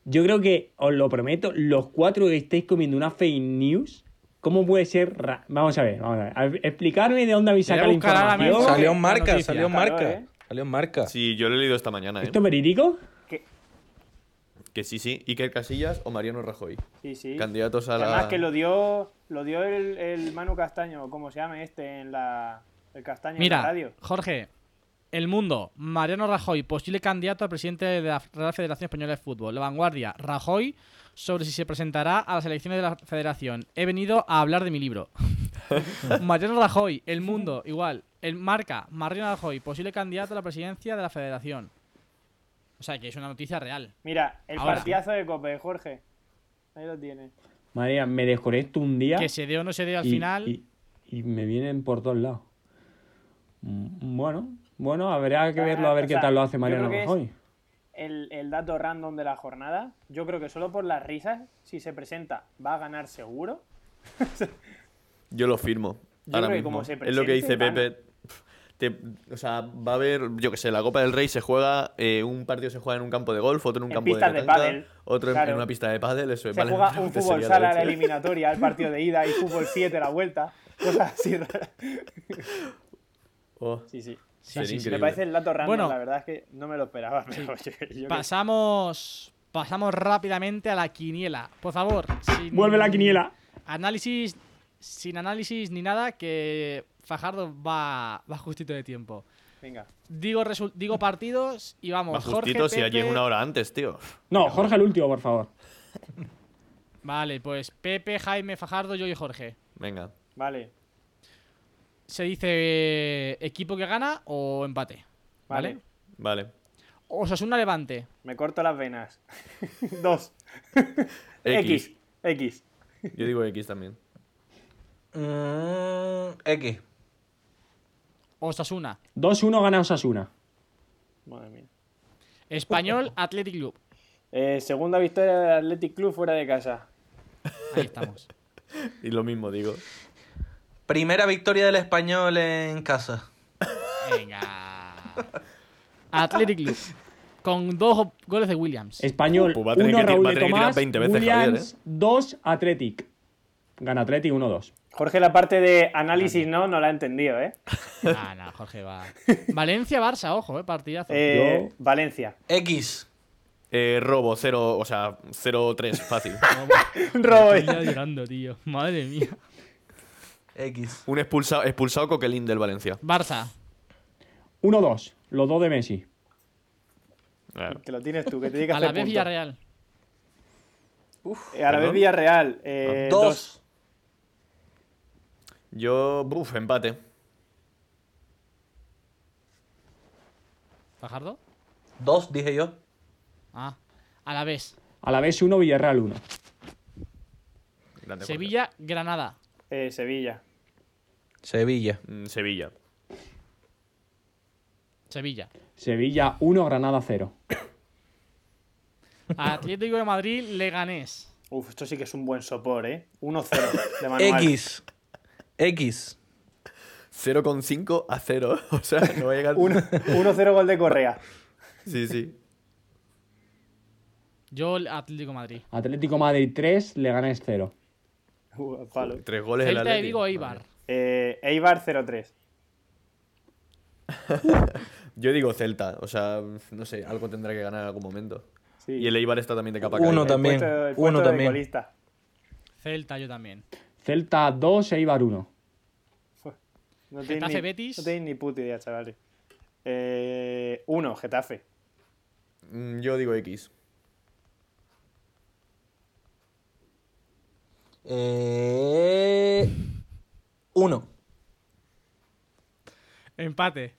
Speaker 3: Yo creo que, os lo prometo, los cuatro que estáis comiendo una fake news, ¿cómo puede ser? ra- Vamos a ver, vamos a ver. A- Explicarme de dónde habéis
Speaker 2: Voy a
Speaker 3: sacado la
Speaker 2: buscar ahora
Speaker 3: información.
Speaker 2: mismo.
Speaker 5: Salió
Speaker 2: la
Speaker 5: en marca,
Speaker 2: noticia.
Speaker 5: salió en
Speaker 4: Claro,
Speaker 5: marca.
Speaker 4: eh.
Speaker 5: Salió en marca.
Speaker 6: Sí, yo lo he leído esta mañana, ¿eh?
Speaker 3: ¿Esto es verídico?
Speaker 4: Que-
Speaker 6: Que sí, sí, Iker Casillas o Mariano Rajoy.
Speaker 4: Sí, sí.
Speaker 6: Candidatos a la.
Speaker 4: Además que lo dio, lo dio el, el Manu Castaño, como se llama este, en la el Castaño en la
Speaker 2: Mira,
Speaker 4: radio.
Speaker 2: Jorge, El Mundo, Mariano Rajoy, posible candidato a presidente de la Real Federación Española de Fútbol. La Vanguardia, Rajoy, sobre si se presentará a las elecciones de la Federación. He venido a hablar de mi libro. Mariano Rajoy, El Mundo, igual. El Marca, Mariano Rajoy, posible candidato a la presidencia de la Federación. O sea, que es una noticia real.
Speaker 4: Mira, el
Speaker 2: Ahora.
Speaker 4: partidazo de Cope, Jorge. Ahí lo tiene.
Speaker 3: Madre mía, me desconecto un día.
Speaker 2: Que se dé o no se dé al
Speaker 3: y-
Speaker 2: final.
Speaker 3: Y, y me vienen por todos lados. Mm, Bueno, bueno, habrá que verlo a ver
Speaker 4: o
Speaker 3: qué
Speaker 4: sea,
Speaker 3: tal lo hace
Speaker 4: yo
Speaker 3: Mariano
Speaker 4: creo que es-
Speaker 3: Rajoy.
Speaker 4: El, el dato random de la jornada, yo creo que solo por las risas, si se presenta, va a ganar seguro.
Speaker 6: Yo lo firmo.
Speaker 4: Yo
Speaker 6: ahora
Speaker 4: creo que
Speaker 6: mismo.
Speaker 4: como se
Speaker 6: es lo que dice
Speaker 4: presente, gana.
Speaker 6: Pepe. Te- o sea, va a haber, yo que sé, la Copa del Rey se juega, eh, un partido se juega en un campo de golf, otro en un
Speaker 4: En
Speaker 6: campo
Speaker 4: pistas de
Speaker 6: de petanca,
Speaker 4: pádel,
Speaker 6: otro en-
Speaker 4: claro.
Speaker 6: en una pista de pádel, eso es.
Speaker 4: Se
Speaker 6: vale,
Speaker 4: juega un
Speaker 6: realmente
Speaker 4: fútbol
Speaker 6: sería
Speaker 4: sala a
Speaker 6: la
Speaker 4: la
Speaker 6: leche.
Speaker 4: eliminatoria, el partido de ida y fútbol 7 la vuelta. Cosas así raras.
Speaker 6: Oh,
Speaker 4: Sí, sí.
Speaker 6: sería
Speaker 2: sí, sí.
Speaker 6: increíble.
Speaker 4: Me parece el dato random,
Speaker 2: Bueno.
Speaker 4: la verdad es que no me lo esperaba. Pero yo- yo que-
Speaker 2: Pasamos. Pasamos rápidamente a la quiniela. Por favor. sin-
Speaker 3: Vuelve la quiniela.
Speaker 2: Análisis. Sin análisis ni nada, que Fajardo va, va justito de tiempo.
Speaker 4: Venga.
Speaker 2: Digo, resu- digo partidos y vamos.
Speaker 6: Va
Speaker 2: Jorge,
Speaker 6: justito si allí
Speaker 2: Pepe-
Speaker 6: una hora antes, tío.
Speaker 3: No, Jorge el último, por favor.
Speaker 2: Vale, pues Pepe, Jaime, Fajardo, yo y Jorge.
Speaker 6: Venga.
Speaker 4: Vale,
Speaker 2: Se dice eh, equipo que gana o empate.
Speaker 4: vale.
Speaker 2: ¿Vale?
Speaker 6: Vale.
Speaker 2: Osasuna Levante.
Speaker 4: Me corto las venas. Dos.
Speaker 6: X.
Speaker 4: X. X.
Speaker 6: Yo digo X también.
Speaker 5: Mm, X.
Speaker 2: Osasuna.
Speaker 3: 2-1 gana Osasuna.
Speaker 4: Madre mía.
Speaker 2: Español Athletic Club.
Speaker 4: Eh, segunda victoria del Athletic Club fuera de casa.
Speaker 2: Ahí estamos.
Speaker 6: Y lo mismo digo.
Speaker 5: Primera victoria del español en casa.
Speaker 2: Venga. Athletic Club. Con dos goles de Williams.
Speaker 3: Español,
Speaker 6: Pues va a tener
Speaker 3: 1
Speaker 6: que ti-
Speaker 3: Raúl
Speaker 6: va a
Speaker 3: de
Speaker 6: tener que tirar
Speaker 3: Tomás,
Speaker 6: 20 veces, ¿eh?
Speaker 3: Williams, 2 Athletic. Gana Athletic 1-2.
Speaker 4: Jorge, la parte de análisis no, no la he entendido, ¿eh?
Speaker 2: Ah, no, Jorge va. Valencia-Barça, ojo, eh, partidazo.
Speaker 4: Eh,
Speaker 3: Yo-
Speaker 4: Valencia.
Speaker 5: X.
Speaker 6: Eh, robo, 0, o sea, 0-3, fácil.
Speaker 2: Estoy ya llorando, tío. Madre mía.
Speaker 5: X.
Speaker 6: Un expulsado, expulsado Coquelin del Valencia.
Speaker 2: Barça.
Speaker 3: 1-2. Los dos de Messi.
Speaker 6: Claro.
Speaker 4: Que lo tienes tú, que te digas
Speaker 2: A la vez Villarreal.
Speaker 4: Eh, a la vez
Speaker 6: Perdón.
Speaker 4: Villarreal. Eh, dos.
Speaker 5: 2.
Speaker 6: Yo, buf, empate.
Speaker 2: Fajardo.
Speaker 5: 2, dije yo.
Speaker 2: Ah. A la vez.
Speaker 3: A la vez 1, Villarreal 1.
Speaker 6: Grande, Jorge.
Speaker 2: Sevilla-Granada.
Speaker 4: Eh, Sevilla.
Speaker 5: Sevilla.
Speaker 6: Mm, Sevilla.
Speaker 2: Sevilla.
Speaker 3: Sevilla 1, Granada 0.
Speaker 2: Atlético de Madrid, Leganés.
Speaker 4: Uf, esto sí que es un buen sopor, ¿eh? 1-0 de manual.
Speaker 5: X. X.
Speaker 6: 0,5 a 0. O sea, no va a llegar.
Speaker 4: 1-0 gol de Correa.
Speaker 6: Sí, sí.
Speaker 2: Yo, el Atlético de Madrid.
Speaker 3: Atlético Madrid 3, Leganés 0.
Speaker 4: Uh, palo.
Speaker 6: Tres goles el
Speaker 2: Celta de
Speaker 6: Atleti.
Speaker 2: Vigo, Eibar.
Speaker 4: Eh, Eibar 0-3.
Speaker 6: Yo digo Celta. O sea, no sé, algo tendrá que ganar en algún momento.
Speaker 4: Sí.
Speaker 6: Y el Eibar está también de capa
Speaker 5: Uno
Speaker 6: caída.
Speaker 5: también.
Speaker 4: Puesto- el
Speaker 5: Uno
Speaker 4: puesto de
Speaker 5: también.
Speaker 4: golista.
Speaker 2: Celta, yo también.
Speaker 3: Celta 2, Eibar 1.
Speaker 4: No tenéis
Speaker 2: Getafe,
Speaker 4: ni,
Speaker 2: Betis.
Speaker 4: No tenéis ni puta idea, chavales. Eh, uno, Getafe.
Speaker 6: Mm, Yo digo X.
Speaker 5: Eh... 1.
Speaker 2: Empate.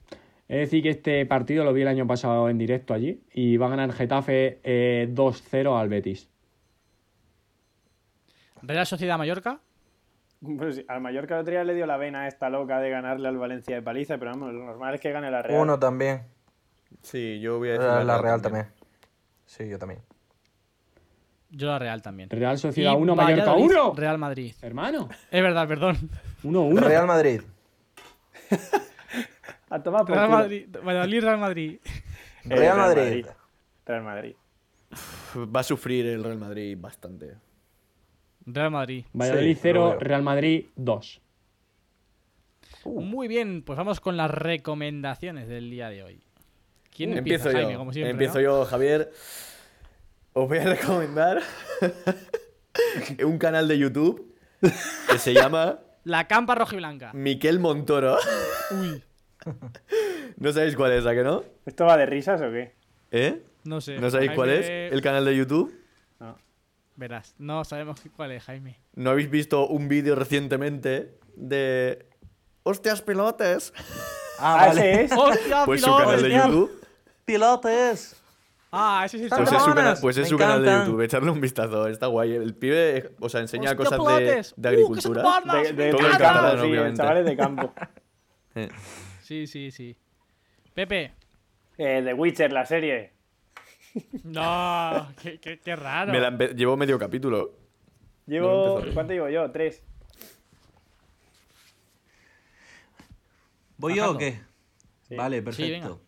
Speaker 3: Es decir, que este partido lo vi el año pasado en directo allí y va a ganar Getafe eh, 2-0 al Betis.
Speaker 2: Real Sociedad Mallorca.
Speaker 4: Bueno, sí, Pues, al Mallorca el otro día le dio la vena a esta loca de ganarle al Valencia de paliza, pero vamos, lo normal es que gane la Real.
Speaker 5: 1 también.
Speaker 6: Sí, yo voy a decir.
Speaker 5: Ah, La, la Real también. Sí, yo también.
Speaker 2: Yo la Real también.
Speaker 3: Real Sociedad
Speaker 2: Y
Speaker 3: 1, Mallorca
Speaker 2: Valladolid,
Speaker 3: 1.
Speaker 2: Real Madrid.
Speaker 3: Hermano,
Speaker 2: Es verdad, perdón.
Speaker 3: 1-1.
Speaker 5: Real Madrid.
Speaker 4: A tomar por
Speaker 2: Real
Speaker 4: culo.
Speaker 2: Madrid. Valladolid, Real Madrid.
Speaker 4: Eh,
Speaker 5: Real Madrid.
Speaker 4: Real Madrid.
Speaker 6: pues, Va a sufrir el Real Madrid bastante.
Speaker 2: Real Madrid.
Speaker 3: Valladolid
Speaker 6: Sí,
Speaker 3: 0,
Speaker 6: lo veo.
Speaker 3: Real Madrid 2.
Speaker 6: Uh.
Speaker 2: Muy bien, pues vamos con las recomendaciones del día de hoy. ¿Quién empieza?
Speaker 6: Empiezo yo.
Speaker 2: Jaime, como siempre,
Speaker 6: Empiezo
Speaker 2: ¿no?
Speaker 6: yo, Javier. Os voy a recomendar un canal de YouTube que se llama
Speaker 2: La campa rojiblanca.
Speaker 6: Miquel Montoro.
Speaker 2: Uy,
Speaker 6: ¿No sabéis cuál es, a que no?
Speaker 4: ¿Esto va de risas o qué?
Speaker 6: ¿Eh?
Speaker 2: no sé.
Speaker 6: ¿No sabéis cuál es?
Speaker 2: Jaime,
Speaker 6: El canal de YouTube.
Speaker 2: Verás, no sabemos cuál es, Jaime.
Speaker 6: ¿No habéis visto un vídeo recientemente de. ¡Hostias, pilotes!
Speaker 4: Ah, ese es.
Speaker 2: ¡Hostia,
Speaker 6: Pues su
Speaker 2: piloto,
Speaker 6: canal de
Speaker 2: genial!
Speaker 6: YouTube
Speaker 5: Pilotes.
Speaker 2: Ah, ese es el
Speaker 6: Pues es
Speaker 2: chaval.
Speaker 6: su canal,
Speaker 5: Cabronas,
Speaker 6: pues es
Speaker 5: me
Speaker 6: su canal de
Speaker 5: encantan.
Speaker 6: YouTube, echarle un vistazo, está guay. El pibe, eh, o sea, enseña
Speaker 2: Hostia,
Speaker 6: cosas de,
Speaker 2: pelates.
Speaker 6: de
Speaker 2: ¡Uh, qué
Speaker 6: agricultura.
Speaker 2: soparnas!
Speaker 4: De, de
Speaker 6: Todo el
Speaker 4: campo,
Speaker 6: catalán,
Speaker 4: sí,
Speaker 6: obviamente.
Speaker 4: chavales de campo.
Speaker 6: Eh,
Speaker 2: Sí, sí, sí. Pepe.
Speaker 4: Eh, The Witcher, la serie.
Speaker 2: No, qué, qué- qué raro.
Speaker 6: me la empe- llevo medio capítulo. No,
Speaker 4: Llevo.
Speaker 6: empezó.
Speaker 4: ¿Cuánto llevo yo? Tres.
Speaker 5: ¿Voy yo o qué? Vale, perfecto.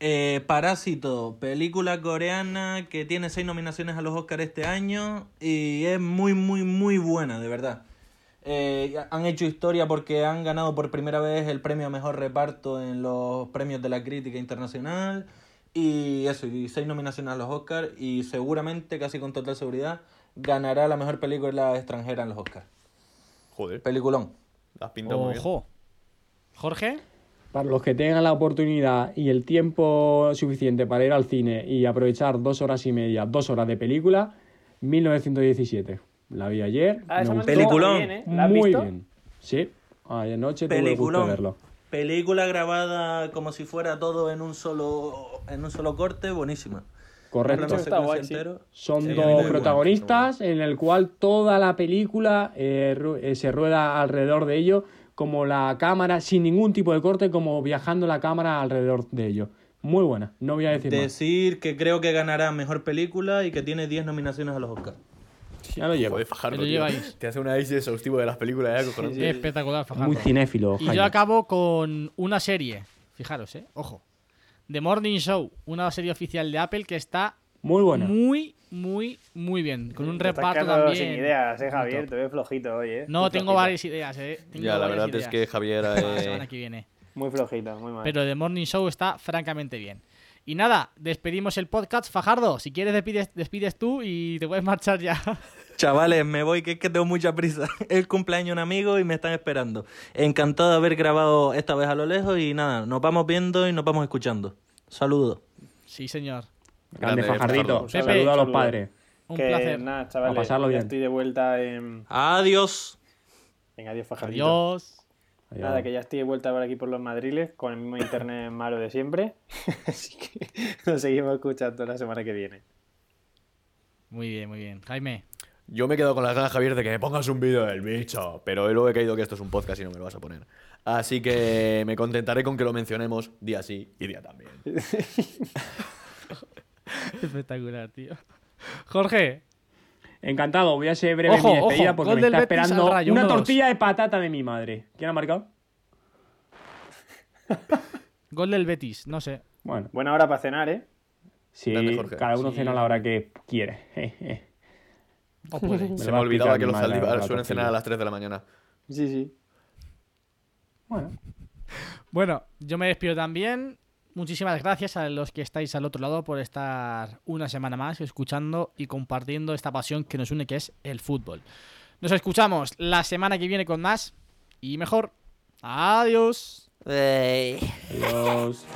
Speaker 5: Eh, Parásito, película coreana que tiene seis nominaciones a los Oscars este año y es muy, muy, muy buena, de verdad. Eh, han hecho historia porque han ganado por primera vez el premio a mejor reparto en los premios de la crítica internacional y eso, y seis nominaciones a los Oscars y seguramente, casi con total seguridad, ganará la mejor película extranjera en los Oscars.
Speaker 6: Joder,
Speaker 5: Peliculón.
Speaker 6: la has pintado muy bien.
Speaker 2: Ojo. Jorge.
Speaker 3: Para los que tengan la oportunidad y el tiempo suficiente para ir al cine y aprovechar dos horas y media, dos horas de película, 1917. La vi ayer.
Speaker 4: Ah, esa
Speaker 3: me
Speaker 4: me
Speaker 3: gustó
Speaker 4: entró muy
Speaker 5: Peliculón.
Speaker 4: bien, ¿eh? ¿La has
Speaker 3: muy
Speaker 4: visto?
Speaker 3: bien. Sí, ayer noche tuve el gusto de
Speaker 5: Peliculón.
Speaker 3: verlo.
Speaker 5: Película grabada como si fuera todo en un solo en un solo corte, buenísima.
Speaker 3: Correcto.
Speaker 5: Una
Speaker 4: Está guay,
Speaker 5: secuencia
Speaker 4: sí.
Speaker 5: entero.
Speaker 3: Son
Speaker 5: Sí, a mí también me
Speaker 3: dos
Speaker 5: gusta,
Speaker 3: protagonistas en el cual toda la película eh, ru- eh, se rueda alrededor de ellos, como la cámara, sin ningún tipo de corte, como viajando la cámara alrededor de ellos. Muy buena, no voy a decir más.
Speaker 5: Decir que creo que ganará mejor película y que tiene 10 nominaciones a los Oscars.
Speaker 3: Ya lo llevo.
Speaker 6: Joder, Fajardo,
Speaker 2: Lo
Speaker 6: tío.
Speaker 2: lleváis.
Speaker 6: Te hace un análisis exhaustivo de las películas, ¿eh? acojonante.
Speaker 2: Espectacular, Fajardo.
Speaker 3: Muy cinéfilo.
Speaker 2: Y
Speaker 3: Jaime.
Speaker 2: yo acabo con una serie. Fijaros, eh. Ojo. The Morning Show, una serie oficial de Apple que está
Speaker 3: Muy buena.
Speaker 2: muy, muy, muy bien. Con un
Speaker 4: Te estás
Speaker 2: reparto
Speaker 4: quedando
Speaker 2: también.
Speaker 4: sin ideas, eh, Javier.
Speaker 2: Flojito.
Speaker 4: Te veo flojito hoy, eh.
Speaker 2: No,
Speaker 4: Muy
Speaker 2: tengo
Speaker 4: flojito.
Speaker 2: varias ideas, eh. Tengo
Speaker 6: Ya, la
Speaker 2: varias
Speaker 6: verdad es
Speaker 2: ideas
Speaker 6: que Javier.
Speaker 2: para La
Speaker 6: eh,
Speaker 2: semana que viene.
Speaker 4: Muy flojito, muy mal.
Speaker 2: Pero The Morning Show está francamente bien. Y nada, despedimos el podcast. Fajardo, si quieres despides, despides tú y te puedes marchar ya.
Speaker 5: Chavales, me voy que es que tengo mucha prisa. Es El cumpleaños de un amigo y me están esperando. Encantado de haber grabado esta vez a lo lejos y nada, nos vamos viendo y nos vamos escuchando. Saludos.
Speaker 2: Sí, señor.
Speaker 3: Grande
Speaker 6: Grande,
Speaker 3: Fajardito.
Speaker 6: Fajardo.
Speaker 2: Pepe,
Speaker 3: Saludo a los
Speaker 4: saludo.
Speaker 3: padres.
Speaker 2: Un
Speaker 4: que,
Speaker 2: placer.
Speaker 4: Nada, chavales.
Speaker 3: A pasarlo
Speaker 4: ya
Speaker 3: bien.
Speaker 4: Estoy de vuelta en.
Speaker 5: Adiós.
Speaker 4: Venga, adiós, Fajardito.
Speaker 2: Adiós.
Speaker 3: Adiós.
Speaker 4: Nada, que ya estoy de vuelta por aquí por los madriles con el mismo internet malo de siempre. Así que nos seguimos escuchando la semana que viene.
Speaker 2: Muy bien, muy bien. Jaime.
Speaker 6: Yo me he quedado con las ganas, Javier, de que me pongas un vídeo del bicho. Pero luego he caído que esto es un podcast y no me lo vas a poner. Así que me contentaré con que lo mencionemos día sí y día también.
Speaker 2: Espectacular, tío. Jorge.
Speaker 3: Encantado, voy a ser breve en
Speaker 2: Ojo,
Speaker 3: mi despedida
Speaker 2: ojo,
Speaker 3: porque
Speaker 2: gol
Speaker 3: me
Speaker 2: del
Speaker 3: está
Speaker 2: Betis al
Speaker 3: esperando
Speaker 2: Rayo,
Speaker 3: una
Speaker 2: 1-2.
Speaker 3: tortilla de patata de mi madre. ¿Quién ha marcado?
Speaker 2: Gol del Betis, no sé.
Speaker 3: Bueno,
Speaker 4: Buena hora para cenar, ¿eh?
Speaker 3: sí,
Speaker 6: Grande, Jorge.
Speaker 3: cada uno
Speaker 2: Sí.
Speaker 3: cena a la hora que quiere. Je, je.
Speaker 2: O puede.
Speaker 3: Me
Speaker 6: Se
Speaker 3: lo va
Speaker 6: me
Speaker 3: a
Speaker 6: olvidaba
Speaker 3: explicar
Speaker 6: que
Speaker 3: mi
Speaker 6: los
Speaker 3: madre ahora
Speaker 6: Zaldívar
Speaker 3: la
Speaker 6: suelen cenar
Speaker 3: tortilla.
Speaker 6: a las 3 de la mañana.
Speaker 4: Sí, sí.
Speaker 3: Bueno,
Speaker 2: Bueno, yo me despido también. Muchísimas gracias a los que estáis al otro lado por estar una semana más escuchando y compartiendo esta pasión que nos une, que es el fútbol. Nos escuchamos la semana que viene con más y mejor. Adiós.
Speaker 3: adiós.